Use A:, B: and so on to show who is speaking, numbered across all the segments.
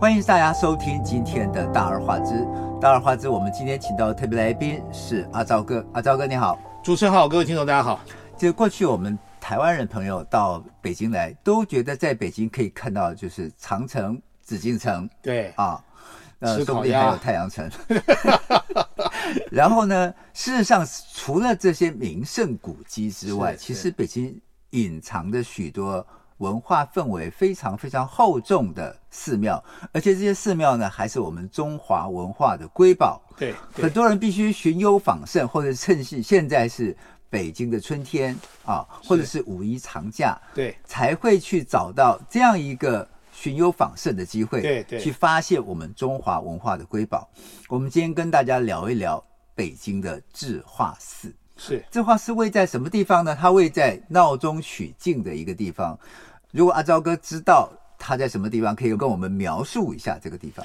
A: 欢迎大家收听今天的大而化之。大而化之，我们今天请到的特别来宾是阿昭哥。阿昭哥你好，
B: 主持人好，各位听众大家好。
A: 就过去我们台湾人朋友到北京来，都觉得在北京可以看到就是长城、紫禁城
B: 对，
A: 啊，呃，
B: 吃
A: 说不
B: 烤
A: 定还有
B: 鸭
A: 太阳城。 然后呢，事实上除了这些名胜古迹之外，
B: 是
A: 其
B: 是
A: 实北京隐藏着许多文化氛围非常非常厚重的寺庙，而且这些寺庙呢，还是我们中华文化的瑰宝。
B: 对
A: 很
B: 对
A: 多人必须寻幽访胜，或者趁是现在是北京的春天啊，或者是五一长假，
B: 对
A: 才会去找到这样一个寻幽访胜的机会，
B: 对对
A: 去发现我们中华文化的瑰宝。我们今天跟大家聊一聊北京的智化寺。
B: 是
A: 智化寺位在什么地方呢？它位在闹中取静的一个地方。如果阿昭哥知道它在什么地方，可以跟我们描述一下这个地方。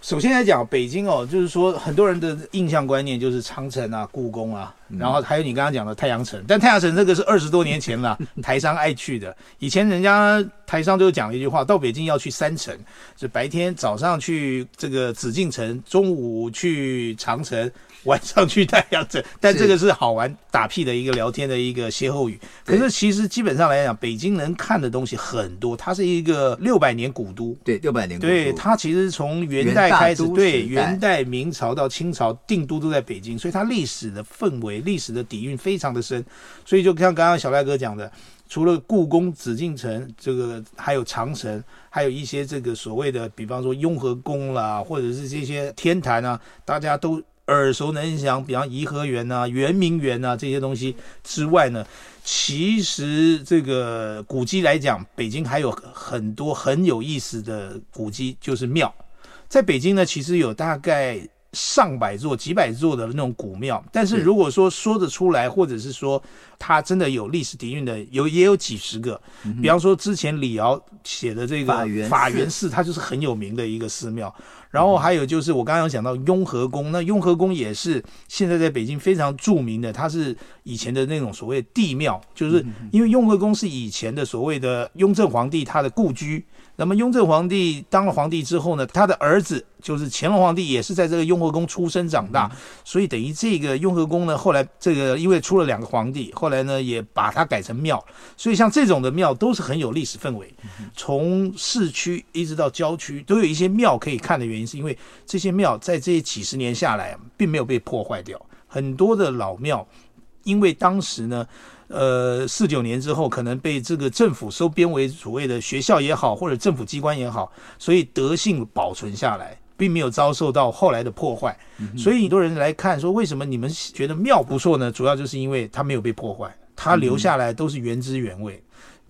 B: 首先来讲北京哦，就是说很多人的印象观念就是长城啊、故宫啊，
A: 嗯
B: 然后还有你刚刚讲的太阳城，但太阳城这个是二十多年前了， 台商爱去的。以前人家台商就讲了一句话，到北京要去三城，是白天早上去这个紫禁城，中午去长城，晚上去太阳 城。但
A: 是
B: 这个是好玩打屁的一个聊天的一个歇后语。可
A: 对
B: 是其实基本上来讲，北京能看的东西很多，它是一个六百年古都，
A: 对，六百年古都
B: 对，它其实从元代开始，对，元代、明朝到清朝，定都都在北京，所以它历史的氛围、历史的底蕴非常的深。所以就像刚刚小赖哥讲的，除了故宫、紫禁城，这个还有长城，还有一些这个所谓的，比方说雍和宫啦，或者是这些天坛啊，大家都耳熟能详，比方颐和园啊、圆明园啊这些东西之外呢，其实这个古迹来讲，北京还有很多很有意思的古迹，就是庙。在北京呢，其实有大概上百座、几百座的那种古庙，但是
A: 是
B: 如果说说得出来，或者是说它真的有历史底蕴的，有也有几十个。比方说之前李敖写的这个
A: 嗯法源寺嗯
B: 法源寺，它就是很有名的一个寺庙。然后还有就是我刚刚有讲到雍和宫，那雍和宫也是现在在北京非常著名的，它是以前的那种所谓地庙，就是
A: 嗯
B: 因为雍和宫是以前的所谓的雍正皇帝他的故居。那么雍正皇帝当了皇帝之后呢，他的儿子就是乾隆皇帝，也是在这个雍和宫出生长大，所以等于这个雍和宫呢，后来这个因为出了两个皇帝，后来呢也把它改成庙，所以像这种的庙都是很有历史氛围。从市区一直到郊区，都有一些庙可以看的原因，是因为这些庙在这几十年下来，并没有被破坏掉。很多的老庙，因为当时呢，呃，四九年之后，可能被这个政府收编为所谓的学校也好，或者政府机关也好，所以德性保存下来，并没有遭受到后来的破坏。所以很多人来看说，为什么你们觉得庙不错呢？主要就是因为它没有被破坏，它留下来都是原汁原味。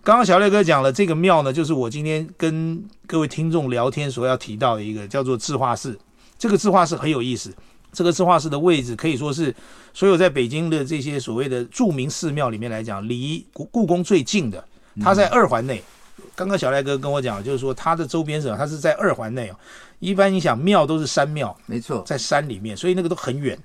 B: 刚刚小磊哥讲了，这个庙呢，就是我今天跟各位听众聊天所要提到的一个叫做智化寺。这个智化寺很有意思，这个智化寺的位置可以说是所有在北京的这些所谓的著名寺庙里面来讲，离故故宫最近的，它在二环内。刚刚小赖哥跟我讲，就是说它的周边省，它是在二环内哦。一般你想庙都是山庙，
A: 没错，
B: 在山里面，所以那个都很远，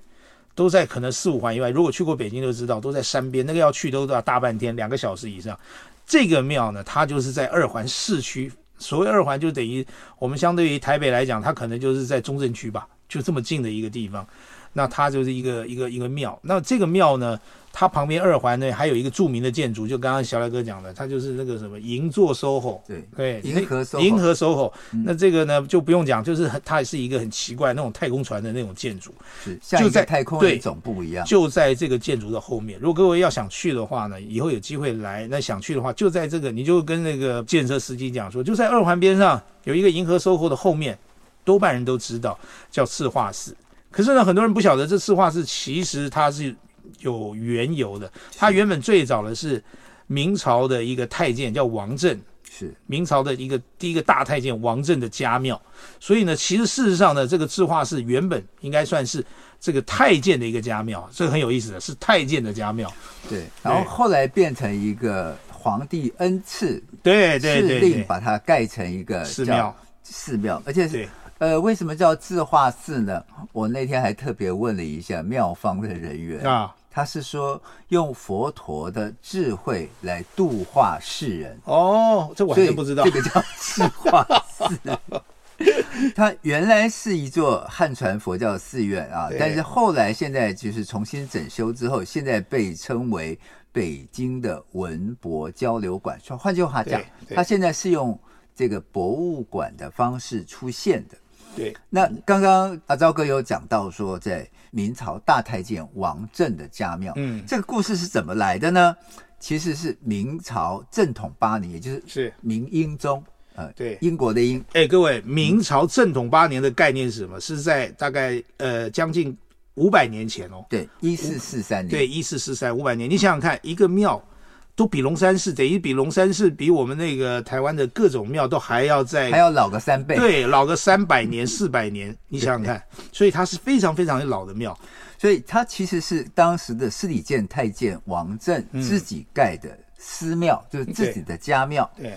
B: 都在可能四五环以外。如果去过北京就知道，都在山边，那个要去都要大半天，两个小时以上。这个庙呢，它就是在二环市区，所谓二环就等于我们相对于台北来讲，它可能就是在中正区吧，就这么近的一个地方。那它就是一个一个一个庙。那这个庙呢，它旁边二环呢还有一个著名的建筑，就刚刚小赖哥讲的，它就是那个什么银座 SOHO。
A: 对，
B: 对，
A: 银
B: 那
A: 河 SOHO
B: 银河 SOHO，、那这个呢就不用讲，就是很它也是一个很奇怪那种太空船的那种建筑，
A: 是像一个
B: 在
A: 太空
B: 对
A: 人总部一样。
B: 就在这个建筑的后面。如果各位要想去的话呢，以后有机会来，那想去的话就在这个，你就跟那个建设司机讲说，就在二环边上有一个银河 SOHO 的后面，多半人都知道叫赤化寺。可是呢，很多人不晓得这赤化寺其实它是有缘由的，它原本最早的是明朝的一个太监叫王振。
A: 是
B: 明朝的一个第一个大太监王振的家庙，所以呢，其实事实上呢，这个智化寺原本应该算是这个太监的一个家庙，这个很有意思的是太监的家庙，
A: 对，然后后来变成一个皇帝恩赐
B: 对哎对
A: 敕
B: 对
A: 令，
B: 对，
A: 把它盖成一个
B: 寺
A: 叫
B: 庙，
A: 寺庙，而且是
B: 对
A: 呃，为什么叫智化寺呢？我那天还特别问了一下庙方的人员，
B: 啊，
A: 他是说用佛陀的智慧来度化世人，
B: 哦，这我
A: 所
B: 还
A: 以
B: 真不知道
A: 这，个叫智化寺。它原来是一座汉传佛教寺院啊
B: 对，
A: 但是后来现在就是重新整修之后，现在被称为北京的文博交流馆。说换句话讲
B: 对，对
A: 它现在是用这个博物馆的方式出现的。
B: 对，
A: 那刚刚阿昭哥有讲到说，在明朝大太监王振的家庙，
B: 嗯，
A: 这个故事是怎么来的呢？其实是明朝正统八年，也就是
B: 是
A: 明英宗，呃，
B: 对。
A: 英国的英，
B: 哎，各位，明朝正统八年的概念是什么？是在大概呃将近五百年前哦。
A: 对，一四四三年，
B: 对，一四四三五百年，你想想看，一个庙都比龙山寺，等于比龙山寺比我们那个台湾的各种庙都还要在
A: 还要老个三倍。，
B: 对老个三百年、四百年，你想想看，所以它是非常非常老的庙。
A: 所以它其实是当时的司礼监太监王振
B: 嗯
A: 自己盖的私庙，就是自己的家庙。
B: 对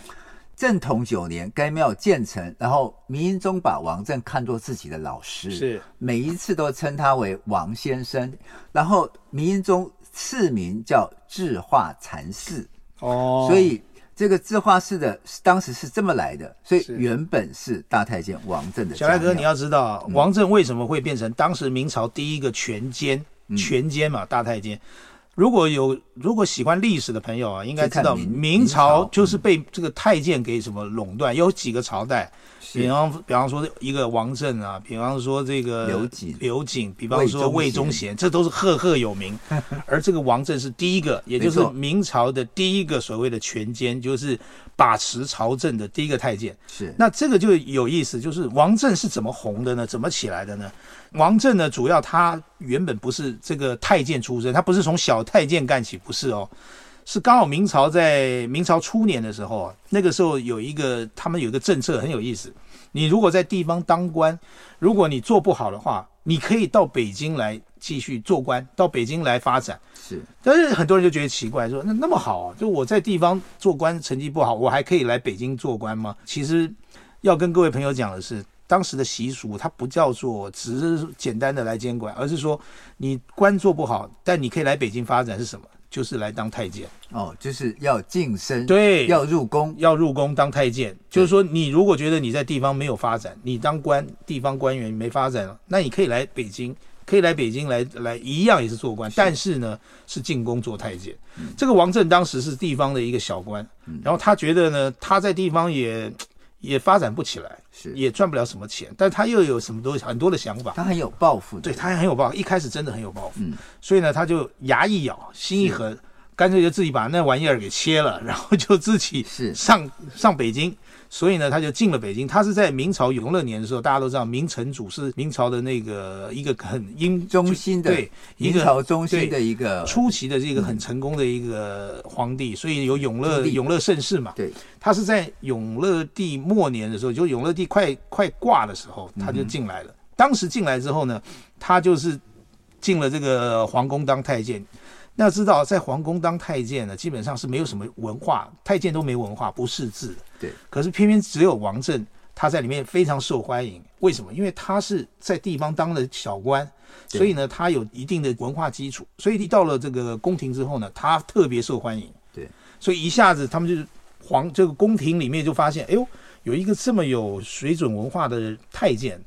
A: 正统九年，该庙建成，然后明英宗把王振看作自己的老师，
B: 是
A: 每一次都称他为王先生。然后明英宗赐名叫智化禅寺，
B: 哦，
A: 所以这个智化寺的当时是这么来的，所以
B: 是
A: 原本是大太监王振的嗯家
B: 小
A: 庙。
B: 赖哥，你要知道啊，王振为什么会变成当时明朝第一个全监？
A: 嗯
B: 全监嘛，大太监。如果有如果喜欢历史的朋友啊，应该知道
A: 去看明
B: 明
A: 明朝
B: 朝
A: 嗯
B: 就是被这个太监给什么垄断，有几个朝代，
A: 是
B: 比方比方说一个王振啊，比方说这个
A: 刘瑾
B: 刘瑾，比方说魏
A: 魏
B: 忠
A: 忠
B: 贤，这都是赫赫 有名。而这个王振是第一个，也就是
A: 没错
B: 明朝的第一个所谓的全监，就是把持朝政的第一个太监。
A: 是
B: 那这个就有意思，就是王振是怎么红的呢？怎么起来的呢？王振呢，主要他原本不是这个太监出身，他不是从小太监干起，不是哦，是刚好明朝在明朝初年的时候啊，那个时候有一个他们有一个政策很有意思，你如果在地方当官，如果你做不好的话，你可以到北京来继续做官，到北京来发展。
A: 是
B: 但是很多人就觉得奇怪，说那那么好、啊就我在地方做官成绩不好，我还可以来北京做官吗？其实要跟各位朋友讲的是，当时的习俗它不叫做只是简单的来监管，而是说你官做不好，但你可以来北京发展是什么？就是来当太监，
A: 哦，就是要晋升，
B: 对，
A: 要入宫，
B: 要入宫当太监，就是说你如果觉得你在地方没有发展，你当官地方官员没发展了，那你可以来北京，可以来北京来来一样也是做官，但是呢是进宫做太监。
A: 嗯
B: 这个王振当时是地方的一个小官，然后他觉得呢他在地方也也发展不起来，
A: 是
B: 也赚不了什么钱，但他又有什么多很多的想法，
A: 他很有抱负的
B: 对
A: 人，
B: 他很有抱负，一开始真的很有抱负，
A: 嗯
B: 所以呢，他就牙一咬，心一横，干脆就自己把那玩意儿给切了，然后就自己
A: 是
B: 上上北京。所以呢，他就进了北京。他是在明朝永乐年的时候，大家都知道明成祖是明朝的那个一个很英
A: 中心的
B: 对一
A: 明
B: 个
A: 朝中心的
B: 对
A: 一个
B: 初期的这个很成功的一个皇帝，所以有永乐
A: 朱棣
B: 永乐盛世嘛。
A: 对
B: 他是在永乐帝末年的时候，就永乐帝快快挂的时候，
A: 嗯
B: 他就进来了。当时进来之后呢，他就是进了这个皇宫当太监。那知道在皇宫当太监呢，基本上是没有什么文化，太监都没文化，不识字的。
A: 对
B: 可是偏偏只有王振他在里面非常受欢迎，为什么？因为他是在地方当了小官，
A: 对
B: 所以呢，他有一定的文化基础，所以到了这个宫廷之后呢，他特别受欢迎。
A: 对，
B: 所以一下子他们就是皇这个宫廷里面就发现，哎呦，有一个这么有水准文化的太监，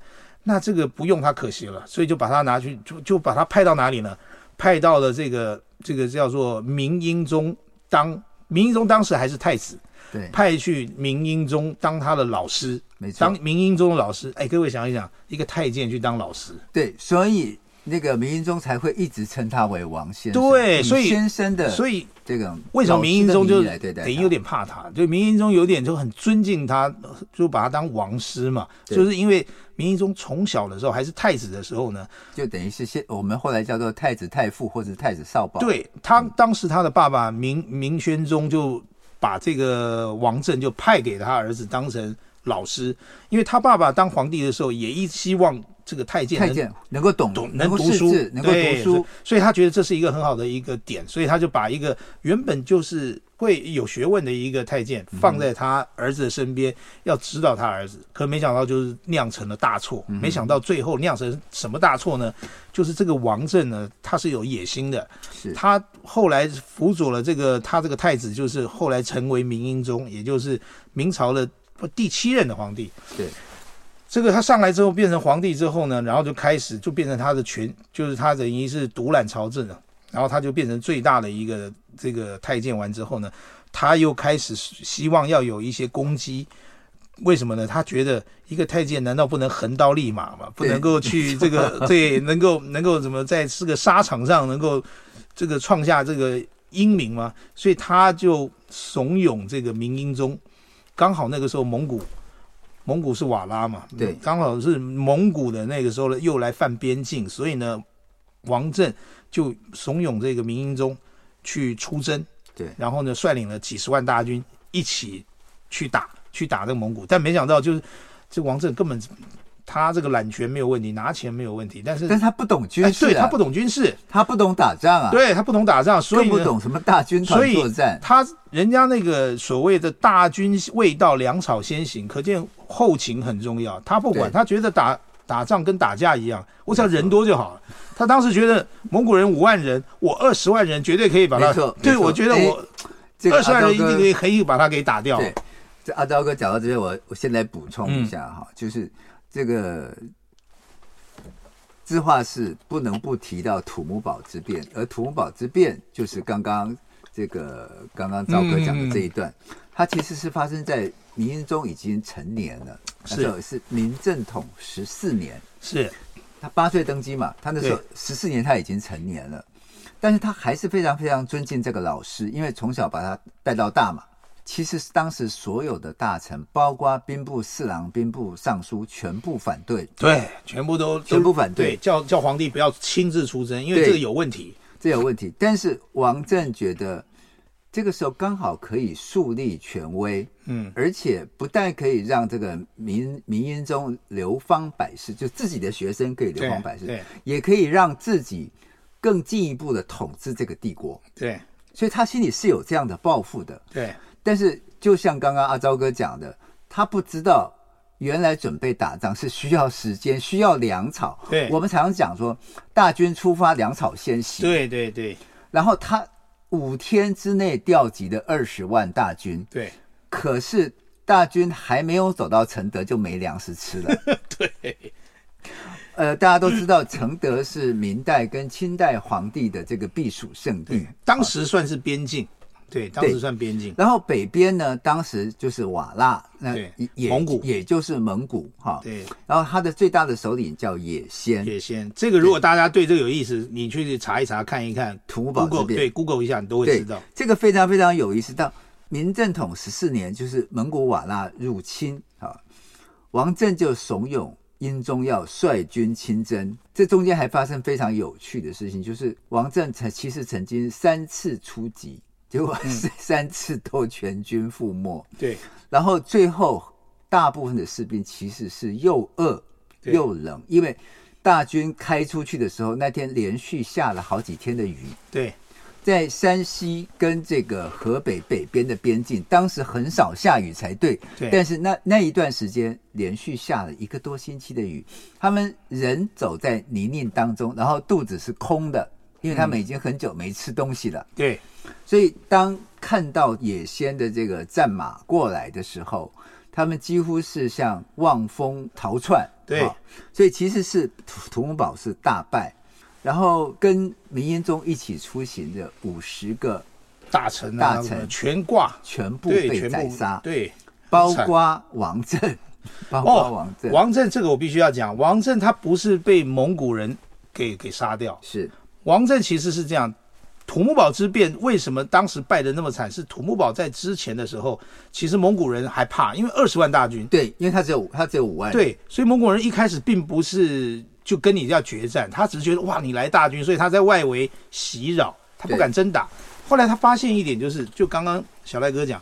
B: 那这个不用他可惜了，所以就把他拿去，就就把他派到哪里呢？派到了这个这个叫做明英宗当明英宗当时还是太子，
A: 对，
B: 派去明英宗当他的老师，
A: 没错
B: 当，明英宗的老师。哎，各位想一想，一个太监去当老师，
A: 对，所以那个明英宗才会一直称他为王先生，
B: 对
A: 以
B: 所以
A: 先生的，
B: 所
A: 以
B: 以
A: 这种
B: 为什
A: 老
B: 么
A: 师
B: 明英
A: 的
B: 宗
A: 名义
B: 就
A: 来对待
B: 等于
A: 他
B: 有点怕他？就明英宗有点就很尊敬他，就把他当王师嘛。
A: 对
B: 就是因为明英宗从小的时候还是太子的时候呢，
A: 就等于是先我们后来叫做太子太傅或者太子少保，
B: 对他当时他的爸爸明明宣宗就把这个王振就派给他儿子当成老师，因为他爸爸当皇帝的时候也一希望这个太监
A: 太
B: 能
A: 监能够懂
B: 懂
A: 能够
B: 读
A: 识
B: 书
A: 字，，能够读
B: 对
A: 书，，
B: 所以他觉得这是一个很好的一个点，所以他就把一个原本就是会有学问的一个太
A: 嗯
B: 监放在他儿子的身边，要指导他儿子。可没想到就是酿成了大错，
A: 嗯
B: 没想到最后酿成什么大错呢？就是这个王振呢，他是有野心的，
A: 是
B: 他后来辅佐了这个他这个太子，就是后来成为明英宗，也就是明朝的第七任的皇帝。
A: 对，
B: 这个他上来之后变成皇帝之后呢，然后就开始就变成他的权，就是他等于是独揽朝政了。然后他就变成最大的一个这个太监完之后呢，他又开始希望要有一些攻击。为什么呢？他觉得一个太监难道不能横刀立马吗？不能够去这个对，能够能够怎么在这个沙场上能够这个创下这个英名吗？所以他就怂恿这个明英宗，刚好那个时候蒙古蒙古是瓦剌嘛，
A: 对
B: 刚好是蒙古的那个时候呢又来犯边境，所以呢，王振就怂恿这个明英宗去出征，
A: 对
B: 然后呢，率领了几十万大军一起去打，去打这个蒙古。但没想到就是这王振根本他这个揽权没有问题，拿钱没有问题，但是
A: 但是他不懂军
B: 哎
A: 事、啊
B: 对他不懂军事，
A: 他不懂打仗啊，
B: 对他不懂打仗，所以
A: 更
B: 呢
A: 不懂什么大军
B: 所
A: 团
B: 以
A: 作战。
B: 他人家那个所谓的大军未到，粮草先行，可见后勤很重要。他不管，
A: 对
B: 他觉得打打仗跟打架一样，我只要人多就好了。他当时觉得蒙古人五万人，我二十万人绝对可以把他
A: 没错，
B: 对
A: 没错
B: 我觉得
A: 哎
B: 我
A: 这个
B: 二十
A: 阿
B: 万
A: 昭
B: 人一定
A: 哥
B: 可以可以把他给打掉。
A: 对这阿昭哥讲到这边，我我现在补充一
B: 嗯
A: 下哈，就是这个字画是不能不提到土木堡之变，而土木堡之变就是刚刚这个刚刚赵哥讲的这一段，
B: 嗯
A: 它其实是发生在明英宗已经成年了，那时候是明正统十四年，
B: 是，
A: 他八岁登基嘛，他那时候十四年他已经成年了，但是他还是非常非常尊敬这个老师，因为从小把他带到大嘛。其实当时所有的大臣，包括兵部侍郎、兵部尚书，全部反对
B: 对，全部都
A: 全部反
B: 对，
A: 对
B: 叫叫皇帝不要亲自出征，因为
A: 对
B: 这个有问题。
A: 这有问题。但是王振觉得这个时候刚好可以树立权威，
B: 嗯，
A: 而且不但可以让这个明明英宗流芳百世，就自己的学生可以流
B: 对
A: 芳百世，
B: 对
A: 也可以让自己更进一步的统治这个帝国，
B: 对
A: 所以他心里是有这样的抱负的。
B: 对，
A: 但是就像刚刚阿昭哥讲的，他不知道原来准备打仗是需要时间，需要粮草。
B: 对
A: 我们常常讲说大军出发，粮草先行。，
B: 对对对
A: 然后他五天之内调集了二十万大军，
B: 对
A: 可是大军还没有走到承德就没粮食吃了。
B: 对，
A: 呃，大家都知道承德是明代跟清代皇帝的这个避暑胜地。
B: 当时算是边境，对，当时算边境。
A: 然后北边呢，当时就是瓦剌，那
B: 对
A: 也也
B: 蒙古
A: 也就是蒙古哈。
B: 对，
A: 然后他的最大的首领叫也先，
B: 铁仙，这个如果大家对这个有意思，你去查一查看一看
A: 土木堡之
B: Google
A: 变
B: 对 Google 一下，你都会
A: 对
B: 知道。，
A: 这个非常非常有意思。到明正统十四年，就是蒙古瓦剌入侵啊，王振就怂恿英宗要率军亲征。这中间还发生非常有趣的事情，就是王振曾其实曾经三次出击，结果
B: 嗯
A: 三次都全军覆没。
B: 对
A: 然后最后大部分的士兵其实是又饿
B: 对
A: 又冷，因为大军开出去的时候，那天连续下了好几天的雨，
B: 对
A: 在山西跟这个河北北边的边境，当时很少下雨才对，
B: 对
A: 但是那那一段时间连续下了一个多星期的雨，他们人走在泥泞当中，然后肚子是空的，因为他们已经很久没吃东西了。
B: 对
A: 所以当看到野仙的这个战马过来的时候，他们几乎是像望风逃窜。
B: 对
A: 啊所以其实是土土木堡是大败，然后跟明英宗一起出行的五十个
B: 大臣
A: 大
B: 啊，
A: 臣
B: 什么全挂，
A: 全部
B: 对
A: 被
B: 全
A: 宰
B: 部
A: 杀，
B: 对。哦
A: 包括王 振，包括王振、
B: 王振这个我必须要讲，王振他不是被蒙古人给给杀掉，
A: 是
B: 王振其实是这样，土木堡之变为什么当时败得那么惨？是土木堡在之前的时候，其实蒙古人还怕，因为二十万大军，
A: 对，因为他只有他只有五万，
B: 对，所以蒙古人一开始并不是就跟你要决战，他只是觉得哇，你来大军，所以他在外围袭扰，他不
A: 对
B: 敢真打。后来他发现一点，就是就刚刚小赖哥讲，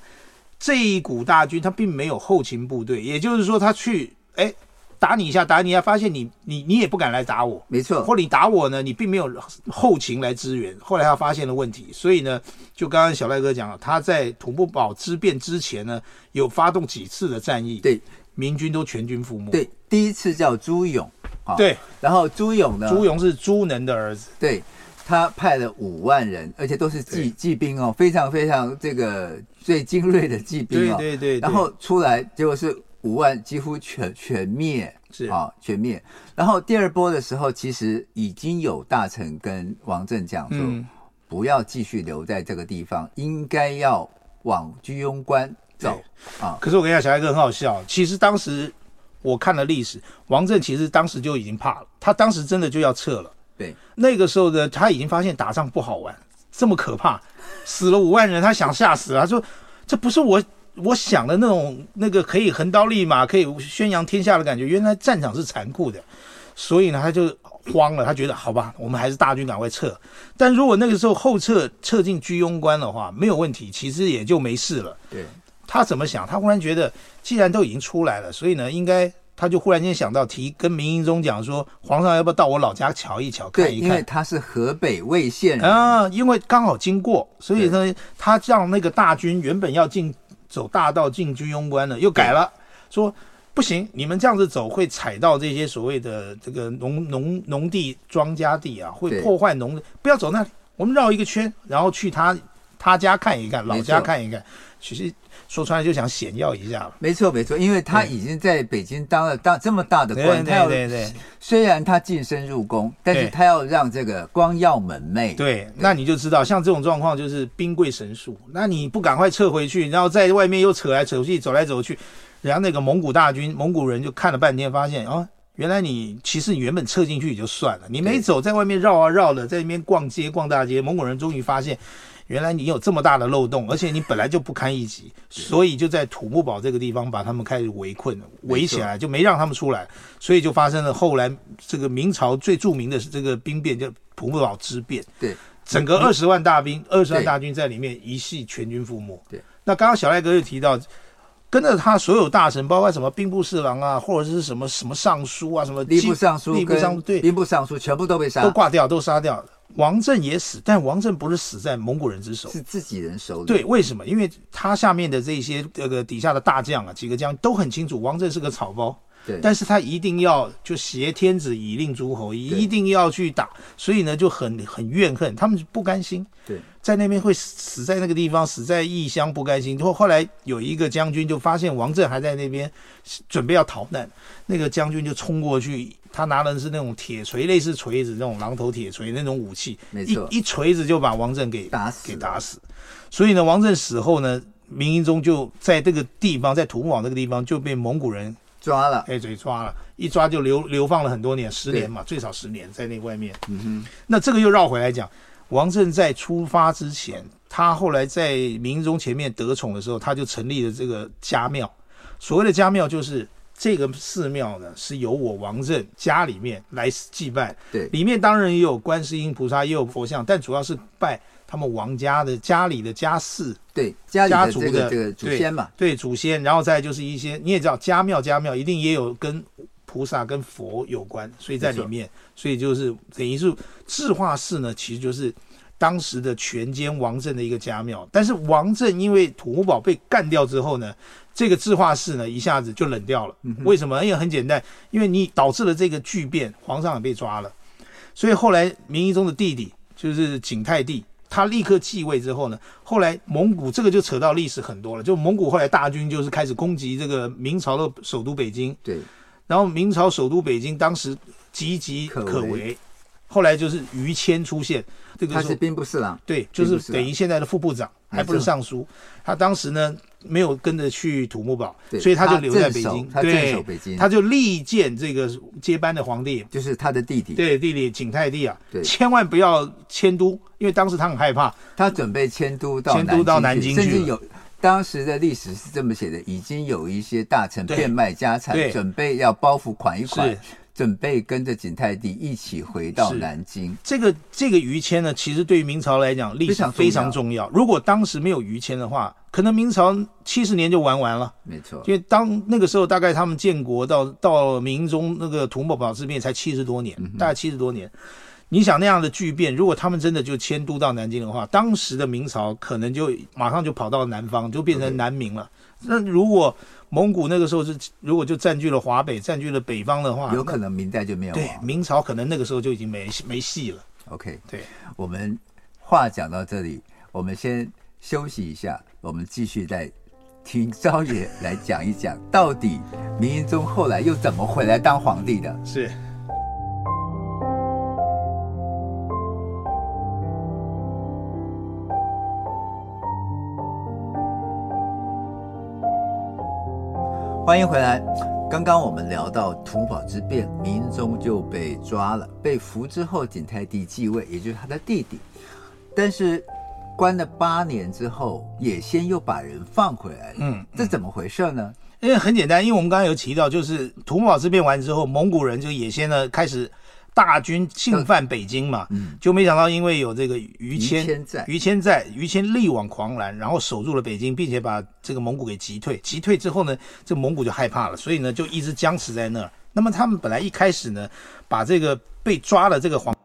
B: 这一股大军他并没有后勤部队，也就是说他去哎打你一下，打你一下，发现你你你也不敢来打我，
A: 没错，
B: 或者你打我呢，你并没有后勤来支援。后来他发现了问题，所以呢，就刚刚小赖哥讲了，他在土木堡之变之前呢，有发动几次的战役，
A: 对
B: 民军都全军覆没。
A: 对，第一次叫朱勇啊，，
B: 对，
A: 然后朱勇呢，
B: 朱勇是朱能的儿子，
A: 对他派了五万人，而且都是骑
B: 对
A: 骑兵哦，非常非常这个最精锐的骑兵
B: 对
A: 哦。
B: 对对，对
A: 然后出来结果是五万，几乎全全灭。
B: 是
A: 啊、全灭。然后第二波的时候，其实已经有大臣跟王振讲说，
B: 嗯
A: 不要继续留在这个地方，应该要往居庸关走啊。
B: 可是我跟你讲，小艾哥很好笑。其实当时我看了历史，王振其实当时就已经怕了，他当时真的就要撤了。
A: 对，
B: 那个时候呢，他已经发现打仗不好玩，这么可怕，死了五万人，他想吓死了。他说：“这不是我我想的那种那个可以横刀立马、可以宣扬天下的感觉，原来战场是残酷的。”所以呢，他就慌了，他觉得好吧，我们还是大军赶快撤。但如果那个时候后撤撤进居庸关的话，没有问题，其实也就没事了。
A: 对，
B: 他怎么想？他忽然觉得，既然都已经出来了，所以呢，应该他就忽然间想到提跟明英宗讲说，皇上要不要到我老家瞧一瞧，看
A: 对，
B: 一
A: 因为
B: 看
A: 他是河北魏县人，
B: 啊？因为刚好经过，所以呢，他让那个大军原本要进走大道进居庸关的，又改了，说不行，你们这样子走会踩到这些所谓的这个农农农地庄稼地啊，会
A: 对
B: 破坏农，不要走那里，我们绕一个圈，然后去他他家看一看，老
A: 没
B: 家
A: 错
B: 看一看，其实。说穿了就想显耀一下了。
A: 没错没错，因为他已经在北京当了大这么大的官，他要
B: 对对
A: 虽然他晋升入宫，但是
B: 对
A: 他要让这个光耀门楣，
B: 对，那你就知道，像这种状况就是兵贵神速，那你不赶快撤回去，然后在外面又扯来扯去，走来走去，然后那个蒙古大军、蒙古人就看了半天，发现哦，原来你其实你原本撤进去也就算了，你没
A: 对
B: 走，在外面绕啊绕的，在那边逛街逛大街，蒙古人终于发现。原来你有这么大的漏洞，而且你本来就不堪一击，所以就在土木堡这个地方把他们开始围困，围起来，就没让他们出来，所以就发生了后来这个明朝最著名的是这个兵变，叫土木堡之变。
A: 对
B: 整个二十万大兵、二十万
A: 对
B: 大军在里面一系全军覆没。
A: 对，
B: 那刚刚小赖哥又提到，跟着他所有大臣，包括什么兵部侍郎啊，或者是什么什么尚书啊，什么
A: 吏部尚书
B: 吏部尚
A: 跟
B: 书对，
A: 吏部尚书全部都被杀
B: 都，挂掉，都杀掉了。王振也死，但王振不是死在蒙古人之手，
A: 是自己人手里。
B: 对，为什么？因为他下面的这些这个底下的大将啊，几个将都很清楚，王振是个草包，
A: 对
B: 但是他一定要就挟天子以令诸侯，一定要去打，所以呢就很很怨恨，他们不甘心，
A: 对
B: 在那边会死在那个地方，死在异乡不甘心。后后来有一个将军就发现王振还在那边，准备要逃难，那个将军就冲过去，他拿的是那种铁锤，类似锤子那种榔头铁锤那种武器，
A: 没
B: 一
A: 错
B: 一锤子就把王振给
A: 打死
B: 给
A: 了
B: 打死。所以呢，王振死后呢，明英宗就在这个地方，在土木堡这个地方就被蒙古人
A: 抓了，
B: 哎，嘴抓了，一抓就流流放了很多年，十
A: 对
B: 年嘛，最少十年在那外面。嗯哼，那这个又绕回来讲，王振在出发之前，他后来在明宗前面得宠的时候，他就成立了这个家庙。所谓的家庙，就是这个寺庙呢，是由我王振家里面来祭拜，
A: 对
B: 里面当然也有观世音菩萨，也有佛像，但主要是拜他们王家的家里的家祀。
A: 对，家
B: 家
A: 里
B: 族
A: 的这个
B: 的
A: 这个祖
B: 对
A: 先嘛，
B: 对祖先，然后再就是一些你也知道家庙家庙一定也有跟菩萨跟佛有关，所以在里面，所以就是等于是智化寺呢，其实就是当时的全歼王振的一个家庙。但是王振因为土木堡被干掉之后呢，这个智化寺呢一下子就冷掉了。为什么？因为哎很简单，因为你导致了这个巨变，皇上也被抓了，所以后来明义宗的弟弟就是景泰帝。他立刻继位之后呢，后来蒙古这个就扯到历史很多了，就蒙古后来大军就是开始攻击这个明朝的首都北京，
A: 对
B: 然后明朝首都北京当时岌岌
A: 可
B: 可
A: 危
B: 危，后来就是于谦出现，这个
A: 他
B: 时
A: 是
B: 候
A: 兵部侍郎，
B: 对，就
A: 并不
B: 是
A: 是啊
B: 等于现在的副部长，还不是
A: 没错
B: 尚书。他当时呢没有跟着去土木堡，
A: 对
B: 所以他就留在
A: 他
B: 北
A: 镇守
B: 京，
A: 他镇守北京
B: 他就力荐这个接班的皇帝，
A: 就是他的弟弟，
B: 对弟弟景泰帝啊
A: 对，
B: 千万不要迁都，因为当时他很害怕，
A: 他准备迁都到
B: 迁都到南京
A: 去，
B: 去
A: 甚至
B: 了
A: 有。当时的历史是这么写的：已经有一些大臣
B: 对
A: 变卖家
B: 对
A: 产，准备要包袱款一款
B: 是，
A: 准备跟着景泰帝一起回到
B: 是
A: 南京。
B: 这个这个于谦呢，其实对于明朝来讲，历
A: 非
B: 史
A: 常重
B: 非常
A: 要
B: 重要。如果当时没有于谦的话，可能明朝七十年就玩完了。
A: 没错，
B: 因为当那个时候大概他们建国到到明宗那个土木堡之变才七十多年，
A: 嗯
B: 大概七十多年。你想那样的巨变，如果他们真的就迁都到南京的话，当时的明朝可能就马上就跑到南方，就变成南明了。那如果蒙古那个时候是如果就占据了华北，占据了北方的话，
A: 有可能哦明代就灭
B: 啊那
A: 亡
B: 对。明朝可能那个时候就已经没没戏了。
A: OK，
B: 对，
A: 我们话讲到这里，我们先休息一下，我们继续再听昭也来讲一讲，到底明英宗后来又怎么回来当皇帝的？
B: 是。
A: 欢迎回来。刚刚我们聊到土堡之变，明宗就被抓了，被俘之后，景泰帝继位，也就是他的弟弟。但是关了八年之后，也先又把人放回来了。
B: 嗯，
A: 这怎么回事呢？
B: 因为很简单，因为我们刚刚有提到，就是土木堡之变完之后，蒙古人就也先呢开始大军进犯北京嘛，
A: 嗯，
B: 就没想到因为有这个于
A: 于
B: 谦。
A: 谦在
B: 于谦在，于谦力挽狂澜，然后守住了北京，并且把这个蒙古给击退。击退之后呢，这蒙古就害怕了，所以呢就一直僵持在那儿。那么他们本来一开始呢，把这个被抓的这个皇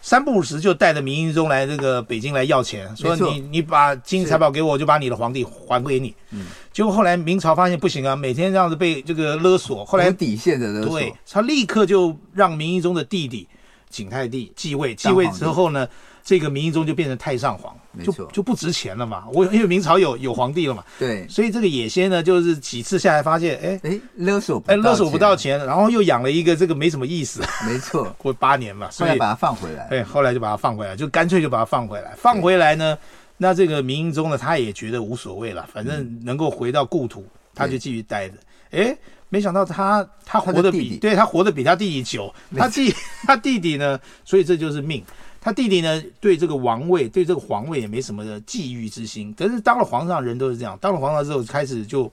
B: 三不五时就带着明英宗来这个北京来要钱，说
A: 没错
B: 你你把金银财宝给我，我就把你的皇帝还给你。
A: 嗯，
B: 结果后来明朝发现不行啊，每天这样子被这个勒索，后来
A: 无底线的嗯勒索
B: 对，他立刻就让明英宗的弟弟景泰帝继位，继
A: 当
B: 位
A: 皇帝
B: 之后呢，这个明英宗就变成太上皇，
A: 没
B: 就
A: 错
B: 就不值钱了嘛。我因为明朝有有皇帝了嘛，
A: 对，
B: 所以这个野仙呢，就是几次下来发现，哎
A: 哎，勒索不
B: 哎勒索不到
A: 钱，
B: 钱，然后又养了一个这个没什么意思，
A: 没错。
B: 过八年嘛，
A: 后
B: 所
A: 来
B: 以
A: 把他放回来，
B: 哎后来就把他放回来，就干脆就把他放回来，放回来呢，那这个明英宗呢，他也觉得无所谓了，反
A: 嗯
B: 正能够回到故土，他就继续待着，哎。没想到他他
A: 他的
B: 活得比
A: 弟弟
B: 对他活得比他弟弟久，
A: 没
B: 他弟 他弟弟呢，所以这就是命。他弟弟呢，对这个王位，对这个皇位也没什么的觊觎之心。可是当了皇上，人都是这样，当了皇上之后，开始就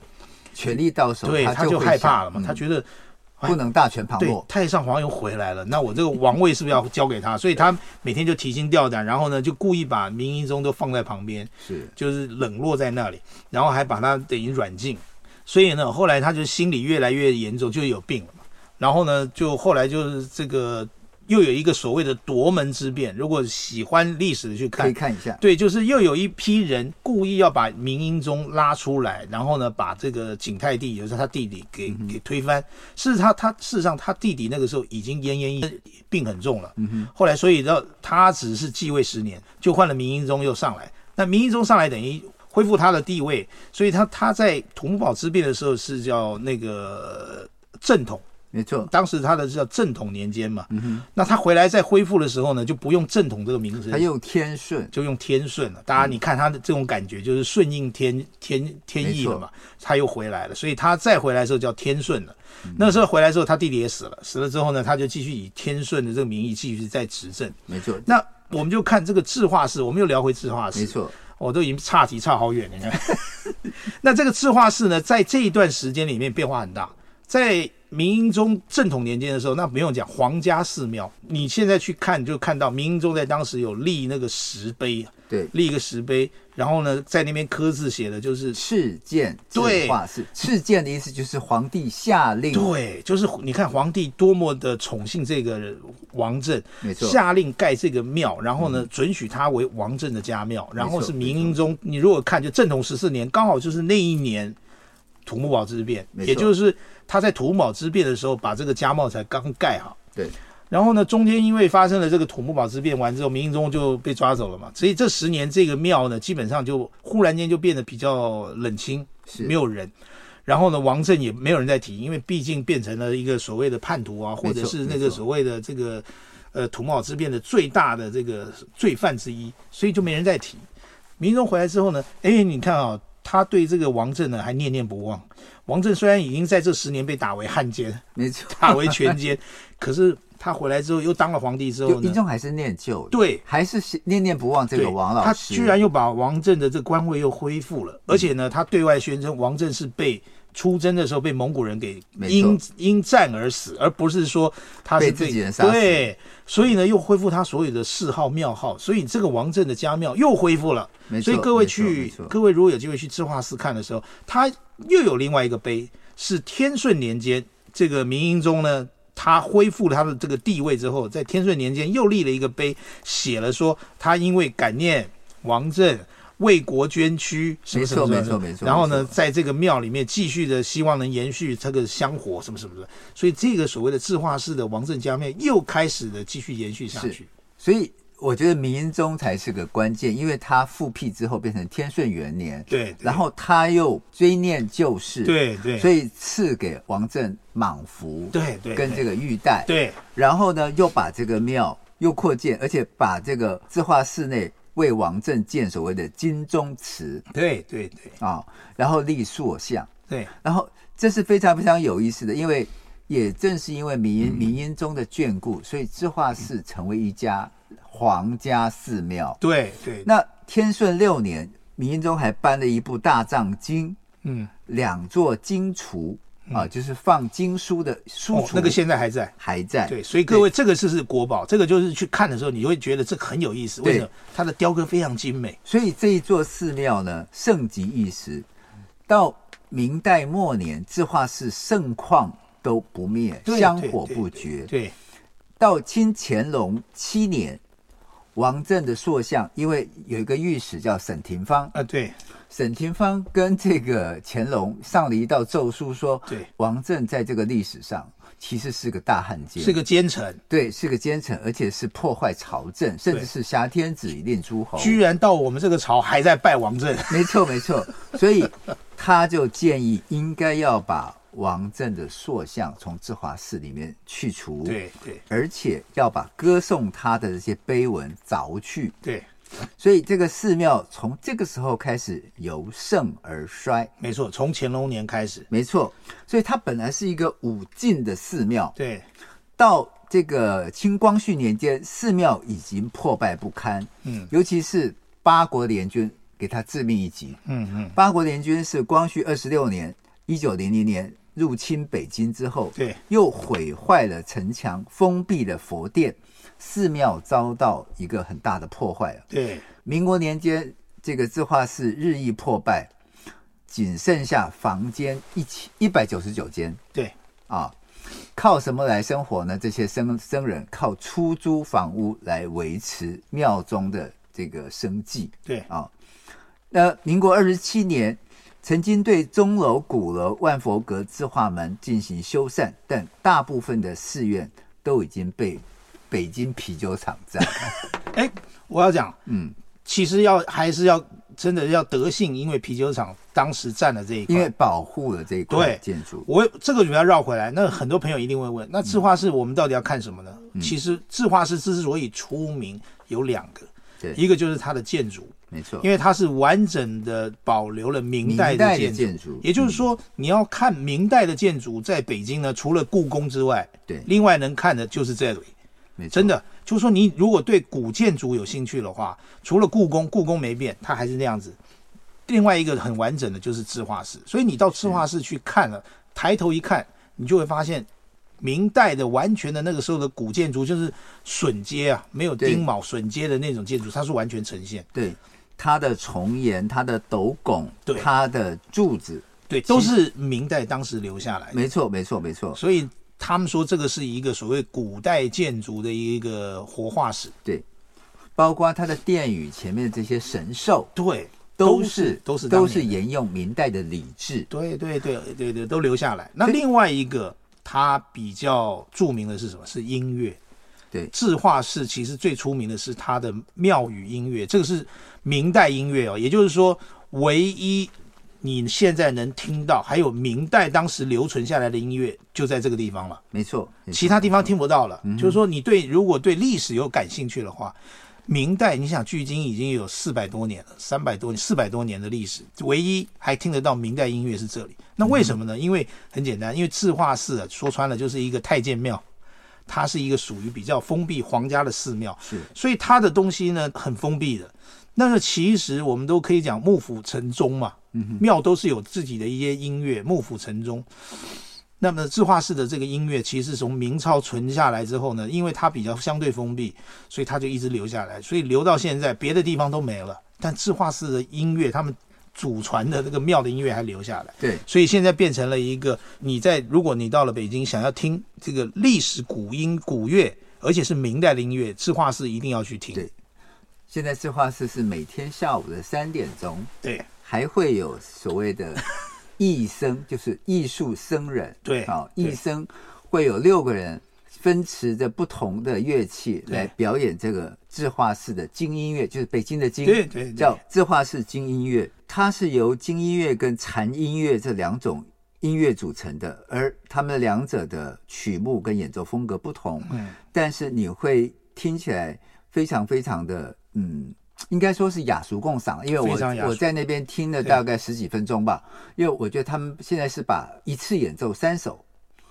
A: 权力到手，
B: 对他
A: 就
B: 就
A: 会
B: 害
A: 想
B: 怕了嘛，他
A: 嗯
B: 觉得哎
A: 不能大权旁
B: 对
A: 落，
B: 太上皇又回来了，那我这个王位是不是要交给他？所以他每天就提心吊胆，然后呢，就故意把明英宗都放在旁边，
A: 是
B: 就是冷落在那里，然后还把他等于软禁。所以呢，后来他就心理越来越严重，就有病了嘛。然后呢，就后来就是这个又有一个所谓的夺门之变，如果喜欢历史的去
A: 可以
B: 看。
A: 看一下，
B: 对，就是又有一批人故意要把明英宗拉出来，然后呢，把这个景泰帝，也就是他弟弟给
A: 嗯
B: 给推翻。事实他他事实上他弟弟那个时候已经奄奄一息病很重了，
A: 嗯
B: 后来所以到他只是继位十年，就换了明英宗又上来。那明英宗上来等于恢复他的地位，所以他他在土木堡之变的时候是叫那个呃正统，
A: 哼，没错，
B: 当时他的是叫正统年间嘛。
A: 嗯哼，
B: 那他回来再恢复的时候呢，就不用正统这个名字，
A: 他用天顺，
B: 就用天顺了。大家你看他的这种感觉，就是顺应天天天意了嘛，他又回来了，所以他再回来的时候叫天顺了。那时候回来之后，他弟弟也死了，死了之后呢，他就继续以天顺的这个名义继续在执政。
A: 没错，
B: 那我们就看这个智化寺，我们又聊回智化
A: 没
B: 寺，
A: 错，
B: 我、都已经岔题岔好远了。你看， 那这个智化寺呢，在这一段时间里面变化很大，在。明英宗正统年间的时候，那不用讲，皇家寺庙，你现在去看就看到明英宗在当时有立那个石碑，啊
A: 对，
B: 立一个石碑，然后呢，在那边刻字写的就是
A: 敕建制
B: 对
A: 化是敕建的意思就是皇帝下令，
B: 对，就是你看皇帝多么的宠幸这个王政，
A: 没错，嗯
B: 下令盖这个庙，然后呢，准许他为王政的家庙，然后是明英宗，你如果看就正统十四年，刚好就是那一年土木堡之变，
A: 没错
B: 也就是他在土木堡之变的时候，把这个家庙才刚盖好。
A: 对，
B: 然后呢，中间因为发生了这个土木堡之变，完之后，明英宗就被抓走了嘛，所以这十年这个庙呢，基本上就忽然间就变得比较冷清，
A: 是
B: 没有人。然后呢，王政也没有人在提，因为毕竟变成了一个所谓的叛徒啊，或者是那
A: 没
B: 个
A: 错
B: 所谓的这个呃土木堡之变的最大的这个罪犯之一，所以就没人再提。明宗回来之后呢，哎，你看啊，他对这个王政呢还念念不忘。王政虽然已经在这十年被打为汉奸，
A: 没错，
B: 打为全奸， 可是他回来之后又当了皇帝之后
A: 就英
B: 呢，
A: 宗还是念旧的，
B: 对。
A: 还是念念不忘这个
B: 对
A: 王老
B: 他
A: 师，
B: 居然又把王政的这官位又恢复了，而且呢，他对外宣称王政是被出征的时候被蒙古人给
A: 没错
B: 因因战而死，而不是说他是
A: 被自己人杀死
B: 对，所以呢，又恢复他所有的谥号庙号，所以这个王政的家庙又恢复了。
A: 没错，
B: 所以各位
A: 没错没
B: 去
A: 错，
B: 各位如果有机会去智化寺看的时候，它又有另外一个碑，是天顺年间这个明英宗呢，他恢复了他的这个地位之后，在天顺年间又立了一个碑，写了说他因为感念王政。为国捐躯，什么什么什么
A: 没错没错没错
B: 然后呢，
A: 没错
B: 在这个庙里面继续的希望能延续这个香火，什么什么的。所以这个所谓的智化寺的王政家庙又开始的继续延续下
A: 是
B: 去。
A: 所以我觉得明英宗才是个关键，因为他复辟之后变成天顺元年，
B: 对，对
A: 然后他又追念旧事，，
B: 对对，
A: 所
B: 以
A: 以赐给王振莽福，
B: 对对
A: 跟
B: 对
A: 这个玉带，
B: 对
A: 然后呢又把这个庙又扩建，而且把这个字画室内为王振建所谓的金钟祠
B: 对对对
A: 啊，然后立塑像，
B: 对，
A: 然后这是非常非常有意思的，因为也正是因为明
B: 嗯
A: 英明英宗的眷顾，所以智化寺成为一家皇家寺庙。
B: 对对，
A: 那天顺六年，明英宗还颁了一部大藏经，
B: 嗯，
A: 两座经橱啊，就是放经书的书
B: 哦
A: 橱，，
B: 那个现在还在。
A: 还在。
B: 对，所以哎各位，这个是是国宝，这个就是去看的时候，你会觉得这个很有意思。为什么
A: 对？
B: 它的雕刻非常精美。
A: 所以这一座寺庙呢，盛极一时，到明代末年，智化寺盛况都不灭，
B: 对
A: 香
B: 对
A: 火
B: 对
A: 不
B: 对
A: 绝。
B: 对
A: 到清乾隆七年，王振的塑像，因为有一个御史叫沈廷芳，
B: 啊，对
A: 沈廷芳跟这个乾隆上了一道奏书说，
B: 对，
A: 王振在这个历史上其实是个大汉奸，
B: 是个奸臣，
A: 对，是个奸臣，而且是破坏朝政，甚至是挟天子以令诸侯。
B: 居然到我们这个朝还在拜王振。
A: 没错，没错，所以他就建议应该要把王振的塑像从智华寺里面去除，，
B: 对对
A: 而且要把歌颂他的这些碑文凿去，
B: 对，
A: 所以这个寺庙从这个时候开始由盛而衰，
B: 没错，从乾隆年开始。
A: 没错。所以它本来是一个武进的寺庙，
B: 对
A: 到这个清光绪年间，寺庙已经破败不堪。
B: 嗯，
A: 尤其是八国联军给他致命一击。
B: 嗯嗯，
A: 八国联军是光绪二十六年（一九零零年）入侵北京之后，
B: 对，
A: 又毁坏了城墙，封闭了佛殿，寺庙遭到一个很大的破坏。啊
B: 对
A: 民国年间，这个字画室日益破败，仅剩下房间一千一百九十九间
B: 对
A: 啊。靠什么来生活呢？这些僧僧人靠出租房屋来维持庙中的这个生计
B: 对，
A: 啊。那民国二十七年，曾经对钟楼、鼓楼、万佛阁、字画门进行修缮，但大部分的寺院都已经被北京啤酒厂 占。
B: 哎，我要讲，
A: 嗯，
B: 其实要还是要真的要德性，因为啤酒厂当时占了这一块。
A: 因为保护了这一块
B: 对
A: 建筑。
B: 我这个就要绕回来。那很多朋友一定会问，
A: 嗯
B: 那字画室我们到底要看什么呢？其实字画室之所以出名有两个，
A: 对嗯
B: 一个就是它的建筑，
A: 没错，
B: 因为它是完整的保留了明代
A: 明代
B: 的
A: 的
B: 建
A: 建
B: 筑。
A: 筑嗯
B: 也就是说，你要看明代的建筑，在北京呢，除了故宫之外，
A: 嗯对
B: 另外能看的就是这里。
A: 没错，
B: 真的，就是说你如果对古建筑有兴趣的话，除了故宫，故宫没变，它还是那样子。另外一个很完整的就是智化寺，所以你到智化寺去看了，抬头一看，你就会发现明代的完全的那个时候的古建筑，就是榫接啊，没有
A: 对
B: 钉卯榫接的那种建筑，它是完全呈现，
A: 对它的重檐、它的斗拱、
B: 对
A: 它的柱子，
B: 对，都是明代当时留下来的。
A: 没错，没错，没错，
B: 所以他们说这个是一个所谓古代建筑的一个活化石，
A: 对，包括它的殿宇前面这些神兽，
B: 对，
A: 都
B: 是
A: 是
B: 都是
A: 都
B: 当年
A: 是沿用明代的礼制。
B: 对对对对对，都留下来。那另外一个，它比较著名的是什么？是音乐。
A: 对
B: 智化寺其实最出名的是它的庙宇音乐，这个是明代音乐哦，也就是说，唯一你现在能听到还有明代当时留存下来的音乐，就在这个地方了，
A: 没错，嗯没错
B: 其他地方听不到了。就是说，你对如果对历史有感兴趣的话。明代，你想，距今已经有四百多年了，三百多、四百多年的历史，唯一还听得到明代音乐是这里。那为什么
A: 嗯
B: 呢？因为很简单，因为智化寺啊，说穿了就是一个太监庙，它是一个属于比较封闭皇家的寺庙，
A: 是
B: 所以它的东西呢很封闭的。那个其实我们都可以讲幕府承宗嘛，庙都是有自己的一些音乐，幕府承宗。那么智化寺的这个音乐，其实从明朝存下来之后呢，因为它比较相对封闭，所以它就一直留下来，所以留到现在，别的地方都没了，但智化寺的音乐，他们祖传的这个庙的音乐还留下来。
A: 对
B: 所以现在变成了一个，你在如果你到了北京，想要听这个历史古音古乐，而且是明代的音乐，智化寺一定要去听。
A: 对现在智化寺是每天下午的三点钟，
B: 对
A: 还会有所谓 的艺僧，就是艺术僧人。
B: 对
A: 好，
B: 对
A: 艺僧会有六个人分持着不同的乐器来表演这个智化寺的金音乐，就是北京的金，
B: 对对对
A: 叫智化寺金音乐，它是由金音乐跟禅音乐这两种音乐组成的，而它们两者的曲目跟演奏风格不同，
B: 嗯
A: 但是你会听起来非常非常的，嗯，应该说是雅俗共赏，因为
B: 非常雅
A: 我
B: 俗
A: 我在那边听了大概十几分钟吧，因为我觉得他们现在是把一次演奏三首，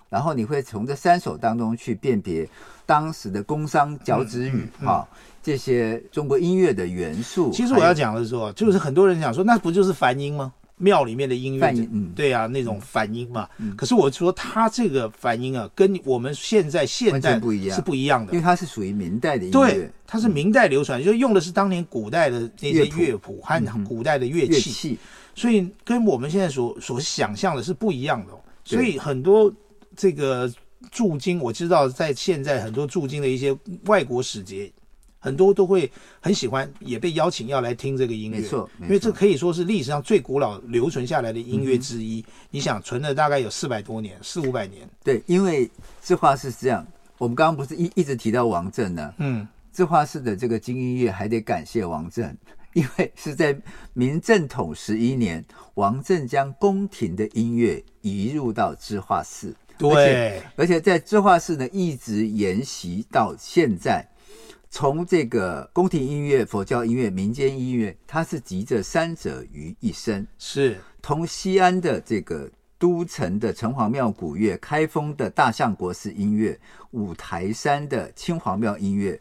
A: 然后你会从这三首当中去辨别当时的工商脚
B: 嗯
A: 趾语啊、这些中国音乐的元素。
B: 其实我要
A: 讲，
B: 讲的是说，就是很多人讲说，那不就是梵音吗？庙里面的音乐
A: 梵音嗯，
B: 对啊，那种梵音嘛。可是我说，它这个梵音啊，跟我们现在现
A: 完
B: 代
A: 全不一样
B: 是不一样的
A: 因为。它是属于明代的音
B: 对
A: 乐，
B: 它是明代流传，就用的是当年古代的那些
A: 乐谱嗯
B: 乐谱和古代的乐
A: 乐
B: 器，
A: 器，
B: 所以跟我们现在所所想象的是不一样的哦、
A: 对
B: 所以很多这个驻京，我知道在现在很多驻京的一些外国使节，很多都会很喜欢，也被邀请要来听这个音乐。
A: 没错没错
B: 因为这可以说是历史上最古老留存下来的音乐之
A: 嗯
B: 一。你想，存了大概有四百多年，四五百年。
A: 对，因为这话是这样。我们刚刚不是一一直提到王震呢？
B: 嗯，
A: 自画室的这个金音乐还得感谢王振， 因为是在明正统十一年，王振将宫廷的音乐移入到知画寺，而且
B: 对，
A: 而且在知画室呢一直沿袭到现在。从这个宫廷音乐、佛教音乐、民间音乐，它是集这三者于一身。
B: 是
A: 同西安的这个都城的城隍庙古乐、开封的大相国寺音乐、五台山的青隍庙音乐，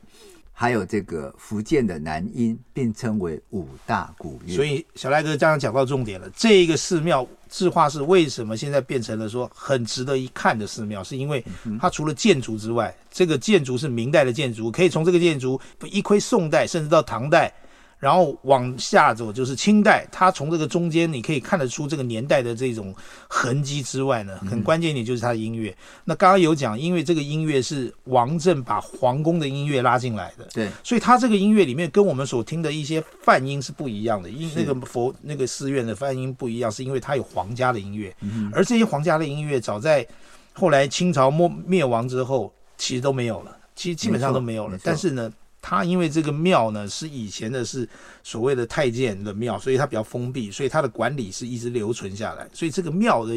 A: 还有这个福建的南音，并称为五大古乐。
B: 所以小赖哥刚刚讲到重点了，这一个寺庙智化寺为什么现在变成了说很值得一看的寺庙，是因为它除了建筑之外，这个建筑是明代的建筑，可以从这个建筑一窥宋代，甚至到唐代。然后往下走就是清代，它从这个中间你可以看得出这个年代的这种痕迹之外呢，很关键一点就是它的音乐。那刚刚有讲，因为这个音乐是王振把皇宫的音乐拉进来的，
A: 对
B: 所以它这个音乐里面跟我们所听的一些泛音是不一样的，因那个佛那个寺院的泛音不一样，是因为它有皇家的音乐，而这些皇家的音乐早在后来清朝末灭亡之后，其实都没有了，其实基本上都没有
A: 没
B: 了
A: 错。
B: 但是呢，它因为这个庙呢是以前的是所谓的太监的庙，所以它比较封闭，所以它的管理是一直留存下来，所以这个庙的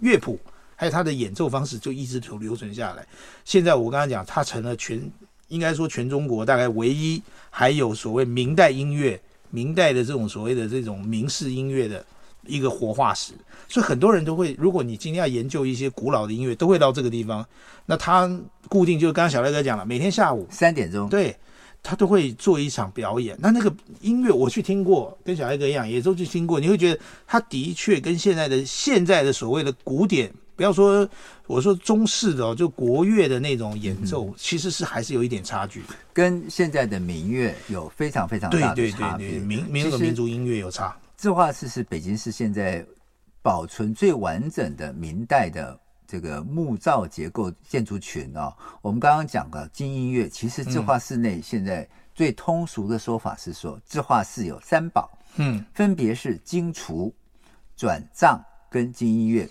B: 乐谱。还有它的演奏方式就一直留留存下来。现在我刚才讲，它成了全应该说全中国大概唯一还有所谓明代音乐、明代的这种所谓的这种明式音乐的一个活化石。所以很多人都会，如果你今天要研究一些古老的音乐，都会到这个地方。那它固定就是刚刚小赖哥讲了，每天下午
A: 三点钟，
B: 对。他都会做一场表演，那那个音乐我去听过，跟小赖哥一样，也都去听过。你会觉得他的确跟现在的现在的所谓的古典，不要说我说中式的哦，就国乐的那种演奏，
A: 嗯
B: 其实是还是有一点差距。
A: 跟现在的民乐有非常非常
B: 对
A: 大的
B: 对
A: 差
B: 对
A: 别。
B: 对，民
A: 其
B: 民那个
A: 实
B: 民族音乐有差，
A: 字画室是北京市现在保存最完整的明代的这个木造结构建筑群哦。我们刚刚讲的金音乐，其实字画室内现在最通俗的说法是说，字画室有三宝，
B: 嗯，
A: 分别是金厨、转藏跟金音乐。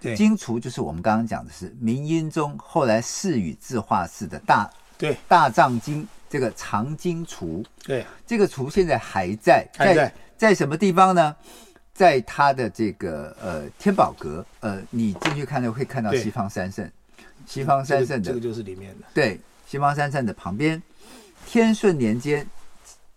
B: 对
A: 金厨就是我们刚刚讲的是明英宗后来赐予字画室的大
B: 对
A: 大藏经这个藏经厨。
B: 对，
A: 这个厨现在还在，
B: 还在
A: 在在什么地方呢？在它的这个呃天宝阁，呃，你进去看呢会看到
B: 对
A: 西方三圣，西方
B: 这
A: 三圣
B: 个
A: 的、
B: 这个就是里面的，
A: 对，西方三圣的旁边，天顺年间，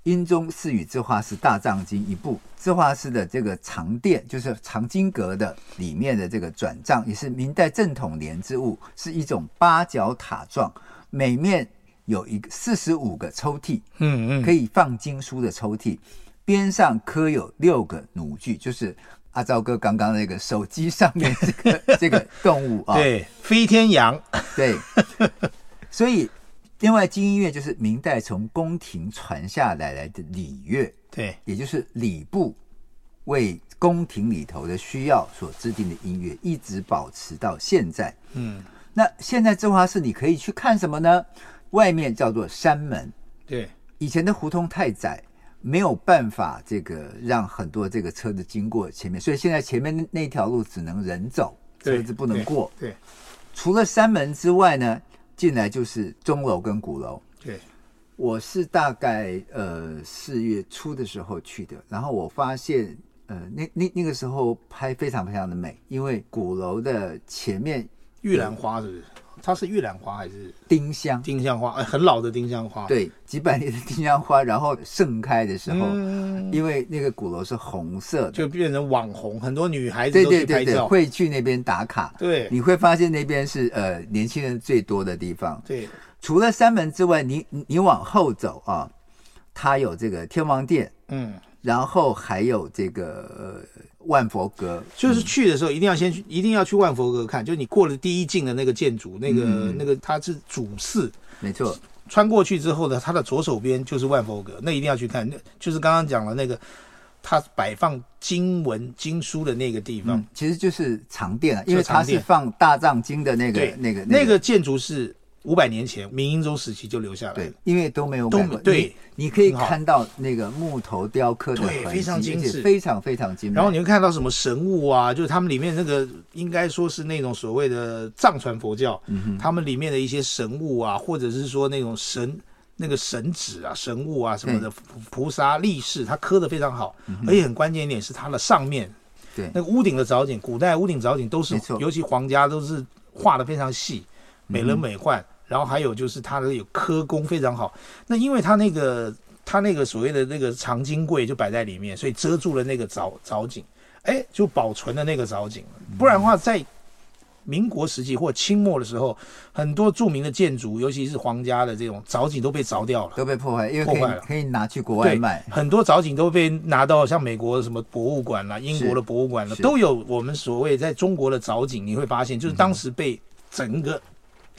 A: 英宗赐予智化寺大藏经一部，智化寺的这个藏殿就是藏经阁的里面的这个转藏，也是明代正统年之物，是一种八角塔状，每面有一个四十五个抽屉，
B: 嗯
A: 可以放经书的抽屉，边上刻有六个弩具，就是阿昭哥刚刚那个手机上面这 个这个动物啊、
B: 对，飞天羊，
A: 对，所以另外金音乐就是明代从宫廷传下来来的礼乐，
B: 对
A: 也就是礼部为宫廷里头的需要所制定的音乐，一直保持到现在。
B: 嗯，
A: 那现在中华寺你可以去看什么呢？外面叫做山门，
B: 对
A: 以前的胡同太窄，没有办法这个让很多这个车子经过前面，所以现在前面那那条路只能人走，
B: 对
A: 车子不能过。
B: 对
A: 除了山门之外呢，进来就是钟楼跟鼓楼。
B: 对
A: 我是大概呃四月初的时候去的，然后我发现呃那那那个时候拍非常非常的美，因为鼓楼的前 面
B: 玉兰花是不是？它是玉兰花还是
A: 丁香，
B: 丁香花？哎，很老的丁香花。，
A: 对，几百年的丁香花，然后盛开的时候，
B: 嗯，
A: 因为那个鼓楼是红色的，
B: 就变成网红，很多女孩子
A: 对
B: 都去
A: 对对
B: 拍
A: 对，
B: 照。
A: 会去那边打卡。
B: 对
A: 你会发现那边是呃年轻人最多的地方。
B: 对，
A: 除了三门之外，你你你往后走啊，它有这个天王殿，
B: 嗯，
A: 然后还有这个、呃、万佛阁，
B: 就是去的时候一定要先去，一定要去万佛阁看。就你过了第一进的那个建筑，那个、那个它是主寺，
A: 没错，
B: 穿过去之后呢，它的左手边就是万佛阁，那一定要去看。那就是刚刚讲了那个，它摆放经文经书的那个地方。
A: 嗯，其实就是长殿啊，因
B: 就
A: 为
B: 是
A: 它
B: 长
A: 是
B: 殿
A: 放大藏经的那个
B: 对，
A: 那个
B: 那个建筑是五百年前明英宗时期就留下来
A: 对
B: 的。，
A: 因为都没有
B: 都
A: 改
B: 没
A: 过，
B: 对
A: 你，你可以
B: 很好
A: 看到那个木头雕刻的
B: 对
A: 痕
B: 非常
A: 迹
B: 精
A: 而且
B: 致
A: 非常非常精美。
B: 然后你会看到什么神物啊，就是他们里面那个应该说是那种所谓的藏传佛教，他们里面的一些神物啊，或者是说那种神那个神纸啊、神物啊什么的，菩萨力士，他刻的非常好，而且很关键一点是它的上面
A: 对
B: 那个屋顶的藻井，古代屋顶藻井都是
A: 没，错嗯
B: 尤其皇家都是画的非常细，美轮美奂。然后还有就是它的有刻工非常好，那因为它那个它那个所谓的那个藏经柜就摆在里面，所以遮住了那个藻藻井，哎，就保存了那个藻井。
A: 嗯
B: 不然的话，在民国时期或清末的时候，很多著名的建筑，尤其是皇家的这种藻井都被凿掉了。
A: 都被破坏，因为可
B: 破坏了
A: 以可以拿去国外
B: 对，
A: 卖。
B: 很多藻井都被拿到像美国的什么博物馆啦、英国的博物馆啦，
A: 是
B: 都有我们所谓在中国的藻井，你会发现就是当
A: 嗯
B: 时被整个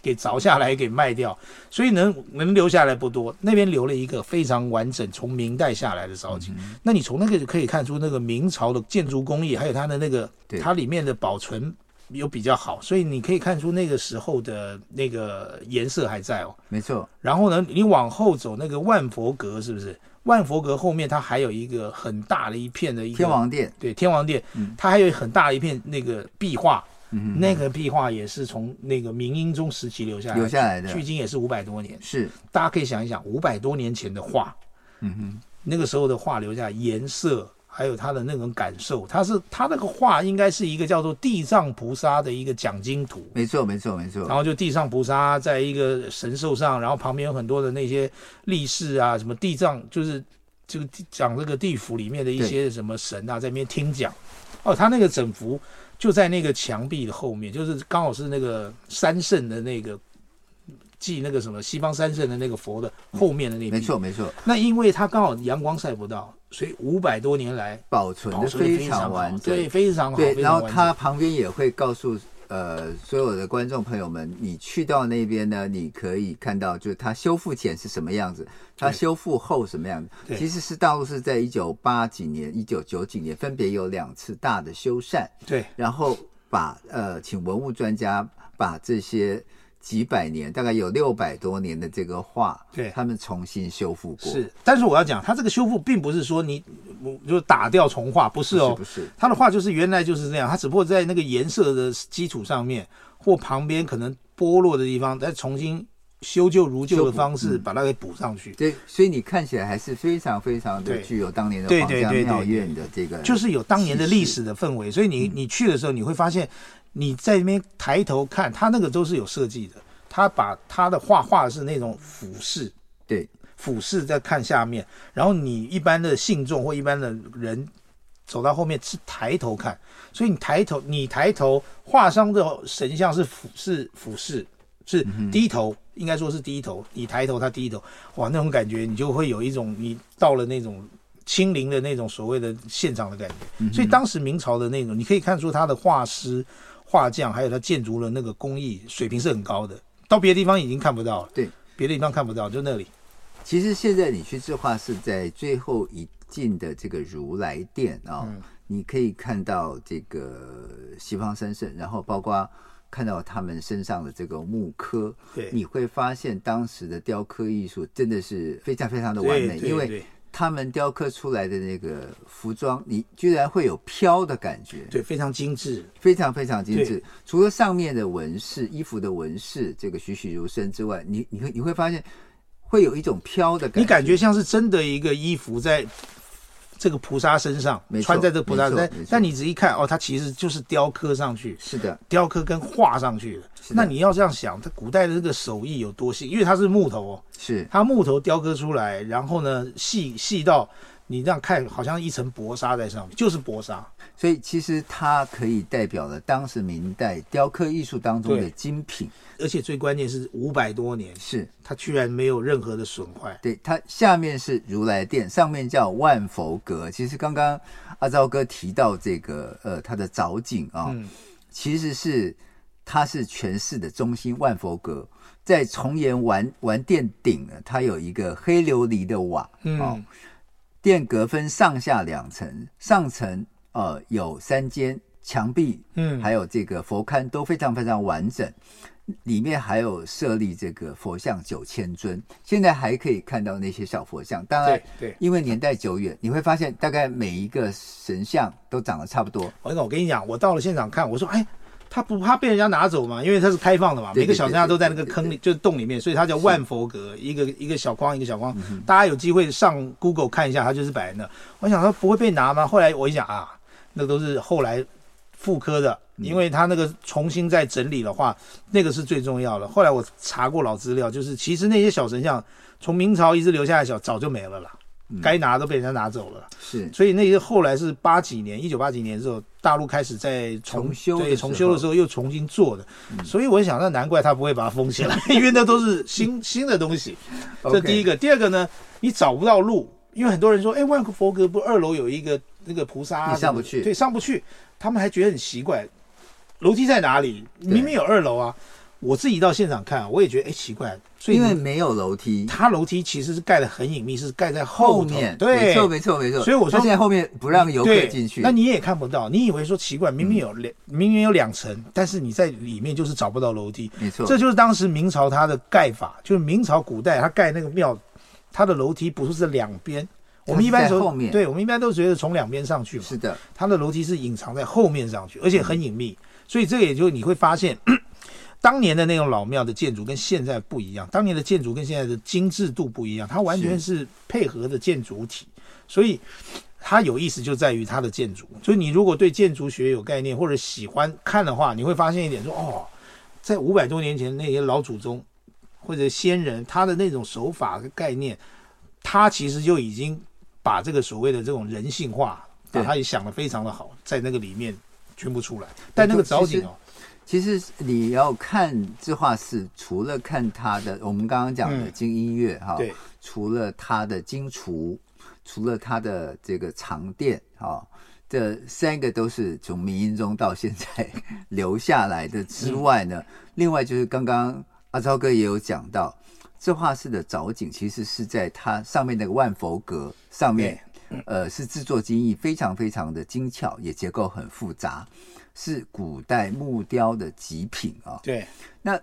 B: 给凿下来给卖掉，所以能能留下来不多。那边留了一个非常完整，从明代下来的藻
A: 嗯
B: 井。那你从那个就可以看出那个明朝的建筑工艺，还有它的那个
A: 对
B: 它里面的保存。有比较好，所以你可以看出那个时候的那个颜色还在哦。
A: 没错，
B: 然后呢，你往后走那个万佛阁是不是？万佛阁后面它还有一个很大的一片的一个
A: 天王殿，
B: 对天王殿，它还有很大的一片那个壁画，
A: 嗯
B: 那个壁画也是从那个明英宗时期留下来的，
A: 留下来的
B: 距今也是五百多年。
A: 是，
B: 大家可以想一想，五百多年前的画，
A: 嗯哼，
B: 那个时候的画留下来颜色，还有他的那种感受，它是它那个画应该是一个叫做地藏菩萨的一个讲经图，
A: 没错，没错，没
B: 然
A: 错，
B: 后就地上菩萨在一个神兽上，然后旁边有很多的那些力士啊，什么地藏，就是这个地讲这个地府里面的一些什么神啊，在那边听讲。哦，他那个整幅就在那个墙壁的后面，就是刚好是那个三圣的那个祭那个什么西方三圣的那个佛的后面的那
A: 嗯没
B: 壁。
A: 错，没错，
B: 那因为它刚好阳光晒不到，所以五百多年来
A: 保存
B: 保
A: 的
B: 存的
A: 非
B: 非
A: 常
B: 常
A: 完
B: 好，
A: 整。
B: 对，非常好。
A: 对，
B: 非
A: 然
B: 常
A: 后
B: 完
A: 它
B: 整
A: 旁边也会告诉呃所有的观众朋友们，你去到那边呢，你可以看到就是它修复前是什么样子，它
B: 对
A: 修复后什么样子。
B: 对
A: 其实是大陆是在一九八几年、一九九几年分别有两次大的修缮，
B: 对
A: 然后把呃请文物专家把这些。几百年，大概有六百多年的这个画，
B: 对
A: 他们重新修复过，
B: 是，但是我要讲，它这个修复并不是说你我就打掉重画，不是哦，
A: 不是不是
B: 它的画就是原来就是这样，它只不过在那个颜色的基础上面或旁边可能剥落的地方，再重新修旧如旧
A: 修
B: 的
A: 补
B: 方式把它给补上去。
A: 对，所以你看起来还是非常非常的
B: 对
A: 具有当年的
B: 对
A: 皇
B: 对
A: 家
B: 对对
A: 庙
B: 对
A: 院的这个，
B: 就是有当年的历
A: 气
B: 史的氛围，所以你你去的时候，你会发现你在那边抬头看，它那个都是有设计的，它把它的画画的是那种俯视，
A: 对，
B: 俯视在看下面，然后你一般的信众或一般的人走到后面是抬头看，所以你抬头，你抬头，画上的神像是俯视，俯视是低头，应该说是低头，你抬头，他低头，哇，那种感觉你就会有一种你到了那种。亲临的那种所谓的现场的感觉，所以当时明朝的那种，你可以看出他的画师、画匠，还有他建筑的那个工艺水平是很高的，到别的地方已经看不到了。
A: 对，
B: 别的地方看不到，就那里。
A: 其实现在你去智化寺，在最后一进的这个如来殿啊、
B: 嗯
A: 你可以看到这个西方三圣，然后包括看到他们身上的这个木刻，
B: 对
A: 你会发现当时的雕刻艺术真的是非常非常的完美，
B: 对对
A: 因为
B: 对
A: 他们雕刻出来的那个服装，你居然会有飘的感觉，
B: 对非常精致，
A: 非常非常精致
B: 对。
A: 除了上面的纹饰、衣服的纹饰，这个栩栩如生之外，你你会你会发现会有一种飘的感觉。
B: 你感觉像是真的一个衣服在这个菩萨身上
A: 没错
B: 穿在这个菩萨身
A: 没
B: 上
A: 错没错，
B: 但你仔细看哦，它其实就是雕刻上去，
A: 是的，
B: 雕刻跟画上去的。
A: 是的
B: 那你要这样想，它古代的这个手艺有多细，因为它是木头哦，
A: 是
B: 它木头雕刻出来，然后呢细细到你这样看，好像一层薄纱在上面，就是薄纱。
A: 所以其实它可以代表了当时明代雕刻艺术当中的
B: 对
A: 精品，
B: 而且最关键是五百多年，
A: 是
B: 它居然没有任何的损坏。
A: 对它下面是如来殿，上面叫万佛阁。其实刚刚阿昭哥提到这个呃，它的藻井啊、
B: 嗯
A: 其实是它是全市的中心万佛阁，在重檐玩玩殿顶呢，它有一个黑琉璃的瓦，哦
B: 嗯，
A: 殿阁分上下两层，上层呃有三间，墙壁
B: 嗯
A: 还有这个佛龛都非常非常完整，里面还有设立这个佛像九千尊，现在还可以看到那些小佛像。当然
B: 对，对。
A: 因为年代久远，你会发现大概每一个神像都长得差不多。
B: 哎我跟我跟你讲，我到了现场看，我说，哎，他不怕被人家拿走嘛，因为它是开放的嘛，
A: 对对
B: 每个小镇家都在那个坑里，就是洞里面，所以它叫万佛阁，一个一个小框一个小框。
A: 嗯
B: 大家有机会上 Google 看一下，它就是摆在那。我想说不会被拿吗？后来我一想啊，那都是后来复刻的，因为它那个重新再整理的话，那个是最重要的。后来我查过老资料，就是其实那些小神像从明朝一直留下来的小，早就没了啦，
A: 嗯
B: 该拿都被人家拿走了啦。
A: 是
B: 所以那些后来是八几年，一九八几年之后，大陆开始在重
A: 重修的
B: 对
A: 时候嗯
B: 重修的时候又重新做的，所以我想那难怪他不会把它封起来， 因为那都是
A: 嗯
B: 新新的东西。这第一
A: 个
B: 个，第二个呢，你找不到路，因为很多人说，哎，万佛阁不二楼有一个那个菩萨啊，
A: 你上不去
B: 对，上不去，他们还觉得很奇怪，楼梯在哪里？明明有二楼啊。我自己到现场看，我也觉得哎奇怪，所以
A: 因为没有楼梯，
B: 它楼梯其实是盖得很隐秘，是盖在
A: 后
B: 后头
A: 面
B: 对，
A: 没错没错没错。
B: 所以我说
A: 他现在后面不让游客
B: 对，
A: 进去，嗯
B: 那你也看不到。你以为说奇怪，明明有两、明明有两层，但是你在里面就是找不到楼梯。
A: 没错，
B: 这就是当时明朝它的盖法，就是明朝古代它盖那个庙，它的楼梯不是两边。我们一般
A: 它是在
B: 时候
A: 后面
B: 对我们一般都觉得从两边上去嘛，
A: 是的，
B: 它的楼梯是隐藏在后面上去，而且很隐秘，所以这个也就你会发现。 当年的那种老庙的建筑跟现在不一样，当年的建筑跟现在的精致度不一样，它完全是配合的建筑体，所以它有意思就在于它的建筑。所以你如果对建筑学有概念或者喜欢看的话，你会发现一点说哦，在五百多年前那些老祖宗或者先人他的那种手法跟概念，他其实就已经把这个所谓的这种人性化，
A: 对
B: 把它也想得非常的好，在那个里面全部出来。但那个藻井哦，
A: 其实你要看字画室，除了看它的，我们刚刚讲的
B: 嗯
A: 金音乐哈、
B: 对，
A: 除了它的金厨，除了它的这个长殿哈、这三个都是从民音中到现在留下来的之外呢，另外就是刚刚阿超哥也有讲到，字画室的藻井其实是在它上面那个万佛阁上面，呃，是制作工艺非常非常的精巧，也结构很复杂。是古代木雕的极品啊、
B: 对，
A: 那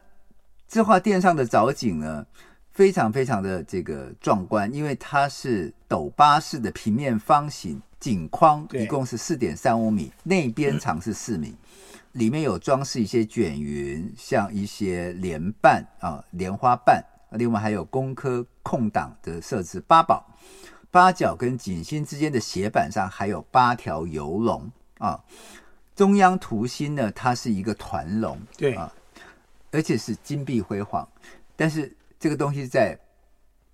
A: 这画殿上的藻井呢，非常非常的这个壮观，因为它是斗八式的平面方形，井框
B: 对
A: 一共是四点三五米，内边长是四米，里面有装饰一些卷云，像一些莲瓣啊、莲花瓣，另外还有工科空档的设置八宝。八角跟锦心之间的斜板上还有八条游龙啊，中央图心呢，它是一个团龙，
B: 对
A: 啊，而且是金碧辉煌。但是这个东西在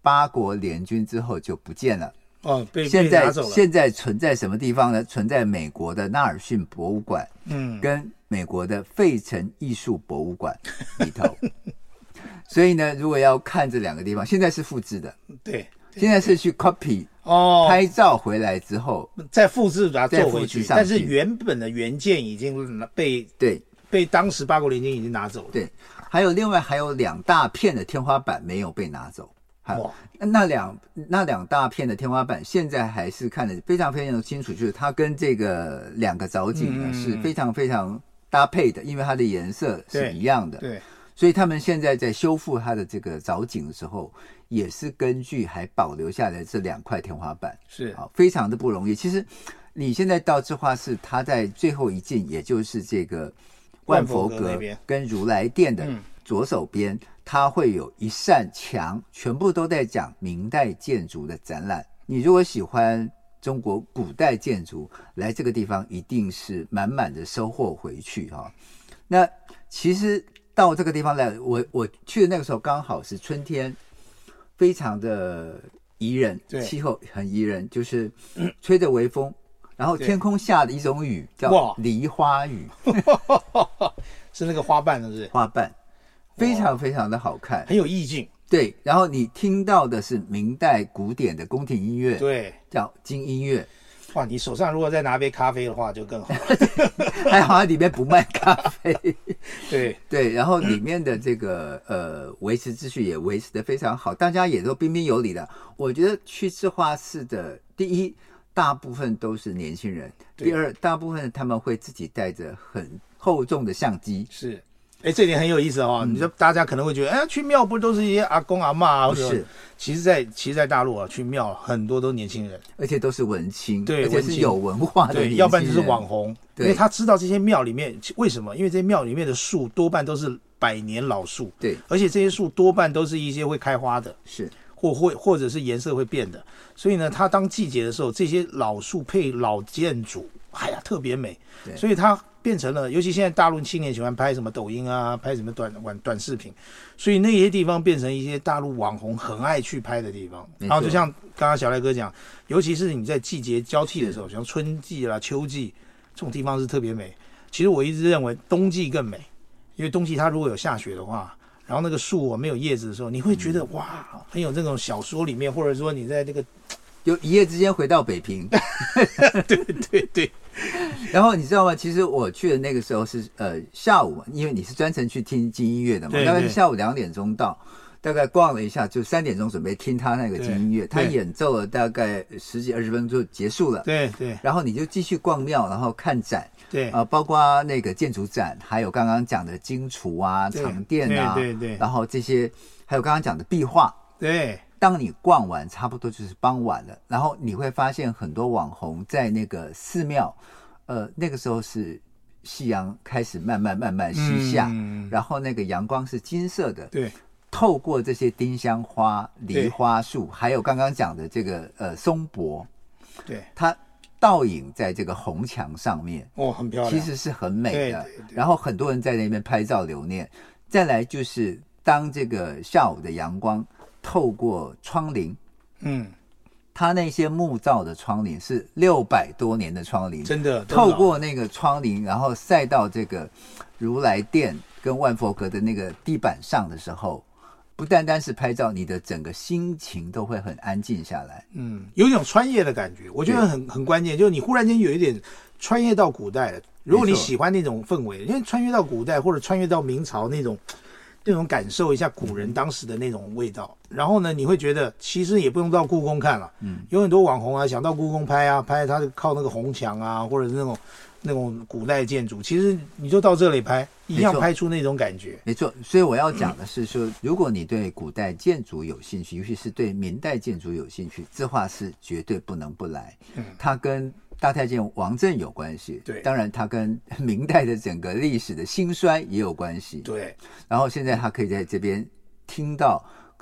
A: 八国联军之后就不见了，
B: 哦，被
A: 现
B: 被
A: 在
B: 拿走了。
A: 现在存在什么地方呢？存在美国的纳尔逊博物馆
B: 嗯，
A: 跟美国的费城艺术博物馆里头。 所以呢，如果要看这两个地方，现在是复制的，
B: 对，
A: 现在是去 copy
B: 哦，
A: 拍照回来之后，
B: 再复制把它
A: 再
B: 做
A: 复
B: 回
A: 制
B: 去，
A: 上
B: 但是
A: 去
B: 原本的原件已经拿被
A: 对
B: 被当时八国联军已经拿走了。
A: 对，还有另外还有两大片的天花板没有被拿走，还
B: 哇，
A: 那两那两大片的天花板，现在还是看得非常非常清楚，就是它跟这个两个藻井呢、
B: 嗯
A: 是非常非常搭配的，因为它的颜色是
B: 对
A: 一样的。
B: 对，
A: 所以他们现在在修复它的这个藻井的时候，也是根据还保留下来这两块天花板，
B: 是
A: 好，啊非常的不容易。其实你现在到智化寺，它在最后一进，也就是这个
B: 万
A: 万佛
B: 佛阁那
A: 阁
B: 边
A: 跟如来殿的
B: 嗯
A: 左手边，它会有一扇墙，全部都在讲明代建筑的展览。你如果喜欢中国古代建筑，来这个地方一定是满满的收获回去哈、那其实到这个地方来，我我去的那个时候刚好是春天，非常的宜人，
B: 对
A: 气候很宜人， 就是吹着微风，然后
B: 对
A: 天空下的一种雨叫
B: 哇
A: 梨花雨，
B: 是那个花瓣，是不是？
A: 花瓣非常非常的好看。
B: 很有意境。
A: 对，然后你听到的是明代古典的宫廷音乐，
B: 对，
A: 叫金音乐。
B: 哇，你手上如果再拿杯咖啡的话，就更好。
A: 还好它里面不卖咖啡。
B: 对，
A: 对，然后
B: 嗯
A: 里面的这个呃维持秩序也维持的非常好，大家也都彬彬有礼的。我觉得去智化寺的第一，大部分都是年轻人；
B: 对
A: 第二，大部分他们会自己带着很厚重的相机。
B: 是。哎，这点很有意思哦。
A: 嗯
B: 你说大家可能会觉得，哎，去庙不都是一些阿公阿嬷啊？
A: 不
B: 或者
A: 是，
B: 其实在，其实，在大陆啊，去庙很多都年轻人，
A: 而且都是文青，
B: 对
A: 而且
B: 文
A: 是
B: 青
A: 有文化的年轻人，
B: 对，要不然就是网红，因
A: 对
B: 为他知道这些庙里面为什么？因为这些庙里面的树多半都是百年老树，
A: 对，
B: 而且这些树多半都是一些会开花的，
A: 是
B: 或会或者是颜色会变的，所以呢，它当季节的时候，这些老树配老建筑，哎呀，特别美
A: 对。
B: 所以它变成了，尤其现在大陆青年喜欢拍什么抖音啊，拍什么短短短视频，所以那些地方变成一些大陆网红很爱去拍的地方。
A: 没
B: 然
A: 错
B: 后就像刚刚小赖哥讲，尤其是你在季节交替的时候，像春季啦、秋季这种地方是特别美。其实我一直认为冬季更美，因为冬季它如果有下雪的话，然后那个树我没有叶子的时候，你会觉得、
A: 嗯
B: 哇，很有那种小说里面，或者说你在 那个
A: 就一夜之间回到北平。
B: 对对
A: 然后你知道吗？其实我去的那个时候是呃下午嘛，因为你是专程去听金音乐的嘛，
B: 对
A: 大概是
B: 对
A: 下午两点钟到，大概逛了一下，就三点钟准备听他那个金音乐，
B: 对
A: 他
B: 对
A: 演奏了大概十几二十分钟就结束了。
B: 对对
A: 然后你就继续逛庙，然后看展，
B: 对，
A: 啊，包括那个建筑展，还有刚刚讲的金厨啊、
B: 对
A: 长店啊，
B: 对对对
A: 然后这些，还有刚刚讲的壁画，
B: 对
A: 当你逛完，差不多就是傍晚了，然后你会发现很多网红在那个寺庙，呃，那个时候是夕阳开始慢慢慢慢西下，
B: 嗯
A: 然后那个阳光是金色的，
B: 对
A: 透过这些丁香花、梨
B: 对
A: 花树，还有刚刚讲的这个呃松柏，
B: 对，
A: 它倒影在这个红墙上面，
B: 哦，很漂亮。
A: 其实是很美的
B: 对对。对
A: 然后很多人在那边拍照留念。再来就是当这个下午的阳光透过窗棂。
B: 嗯，
A: 它那些木造的窗棂是六百多年的窗棂，
B: 真的
A: 透过那个窗棂，然后晒到这个如来殿跟万佛阁的那个地板上的时候，不单单是拍照，你的整个心情都会很安静下来。
B: 嗯，有一种穿越的感觉，我觉得
A: 对
B: 很很关键，就是你忽然间有一点穿越到古代了。如果你
A: 没错
B: 喜欢那种氛围，因为穿越到古代或者穿越到明朝那种，那种感受一下古
A: 嗯
B: 人当时的那种味道。然后呢，你会觉得其实也不用到故宫看了，嗯，有很多网红啊想到故宫拍啊，拍他就靠那个红墙啊，或者是那种那种古代建筑，其实你就到这里拍，一样
A: 没错
B: 拍出那种感觉。
A: 没错，所以我要讲的是说，如果你对古代建筑有兴趣，尤其是对明代建筑有兴趣，字画是绝对不能不来。它跟大太监王振有关系，
B: 嗯对
A: 当然它跟明代的整个历史的兴衰也有关系。
B: 对，
A: 然后现在他可以在这边听到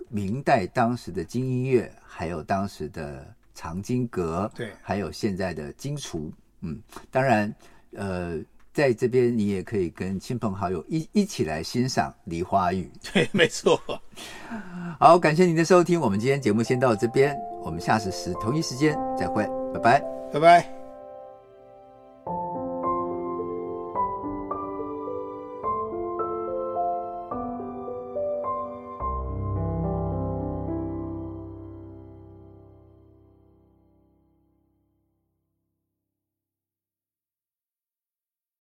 A: 明代当时的金音乐，还有当时的藏经阁，
B: 对
A: 还有现在的金厨，嗯，当然，呃，在这边你也可以跟亲朋好友一一起来欣赏梨花雨。
B: 对，没错。
A: 好，感谢您的收听，我们今天节目先到这边，我们下次时同一时间再会，拜拜。
B: 拜拜。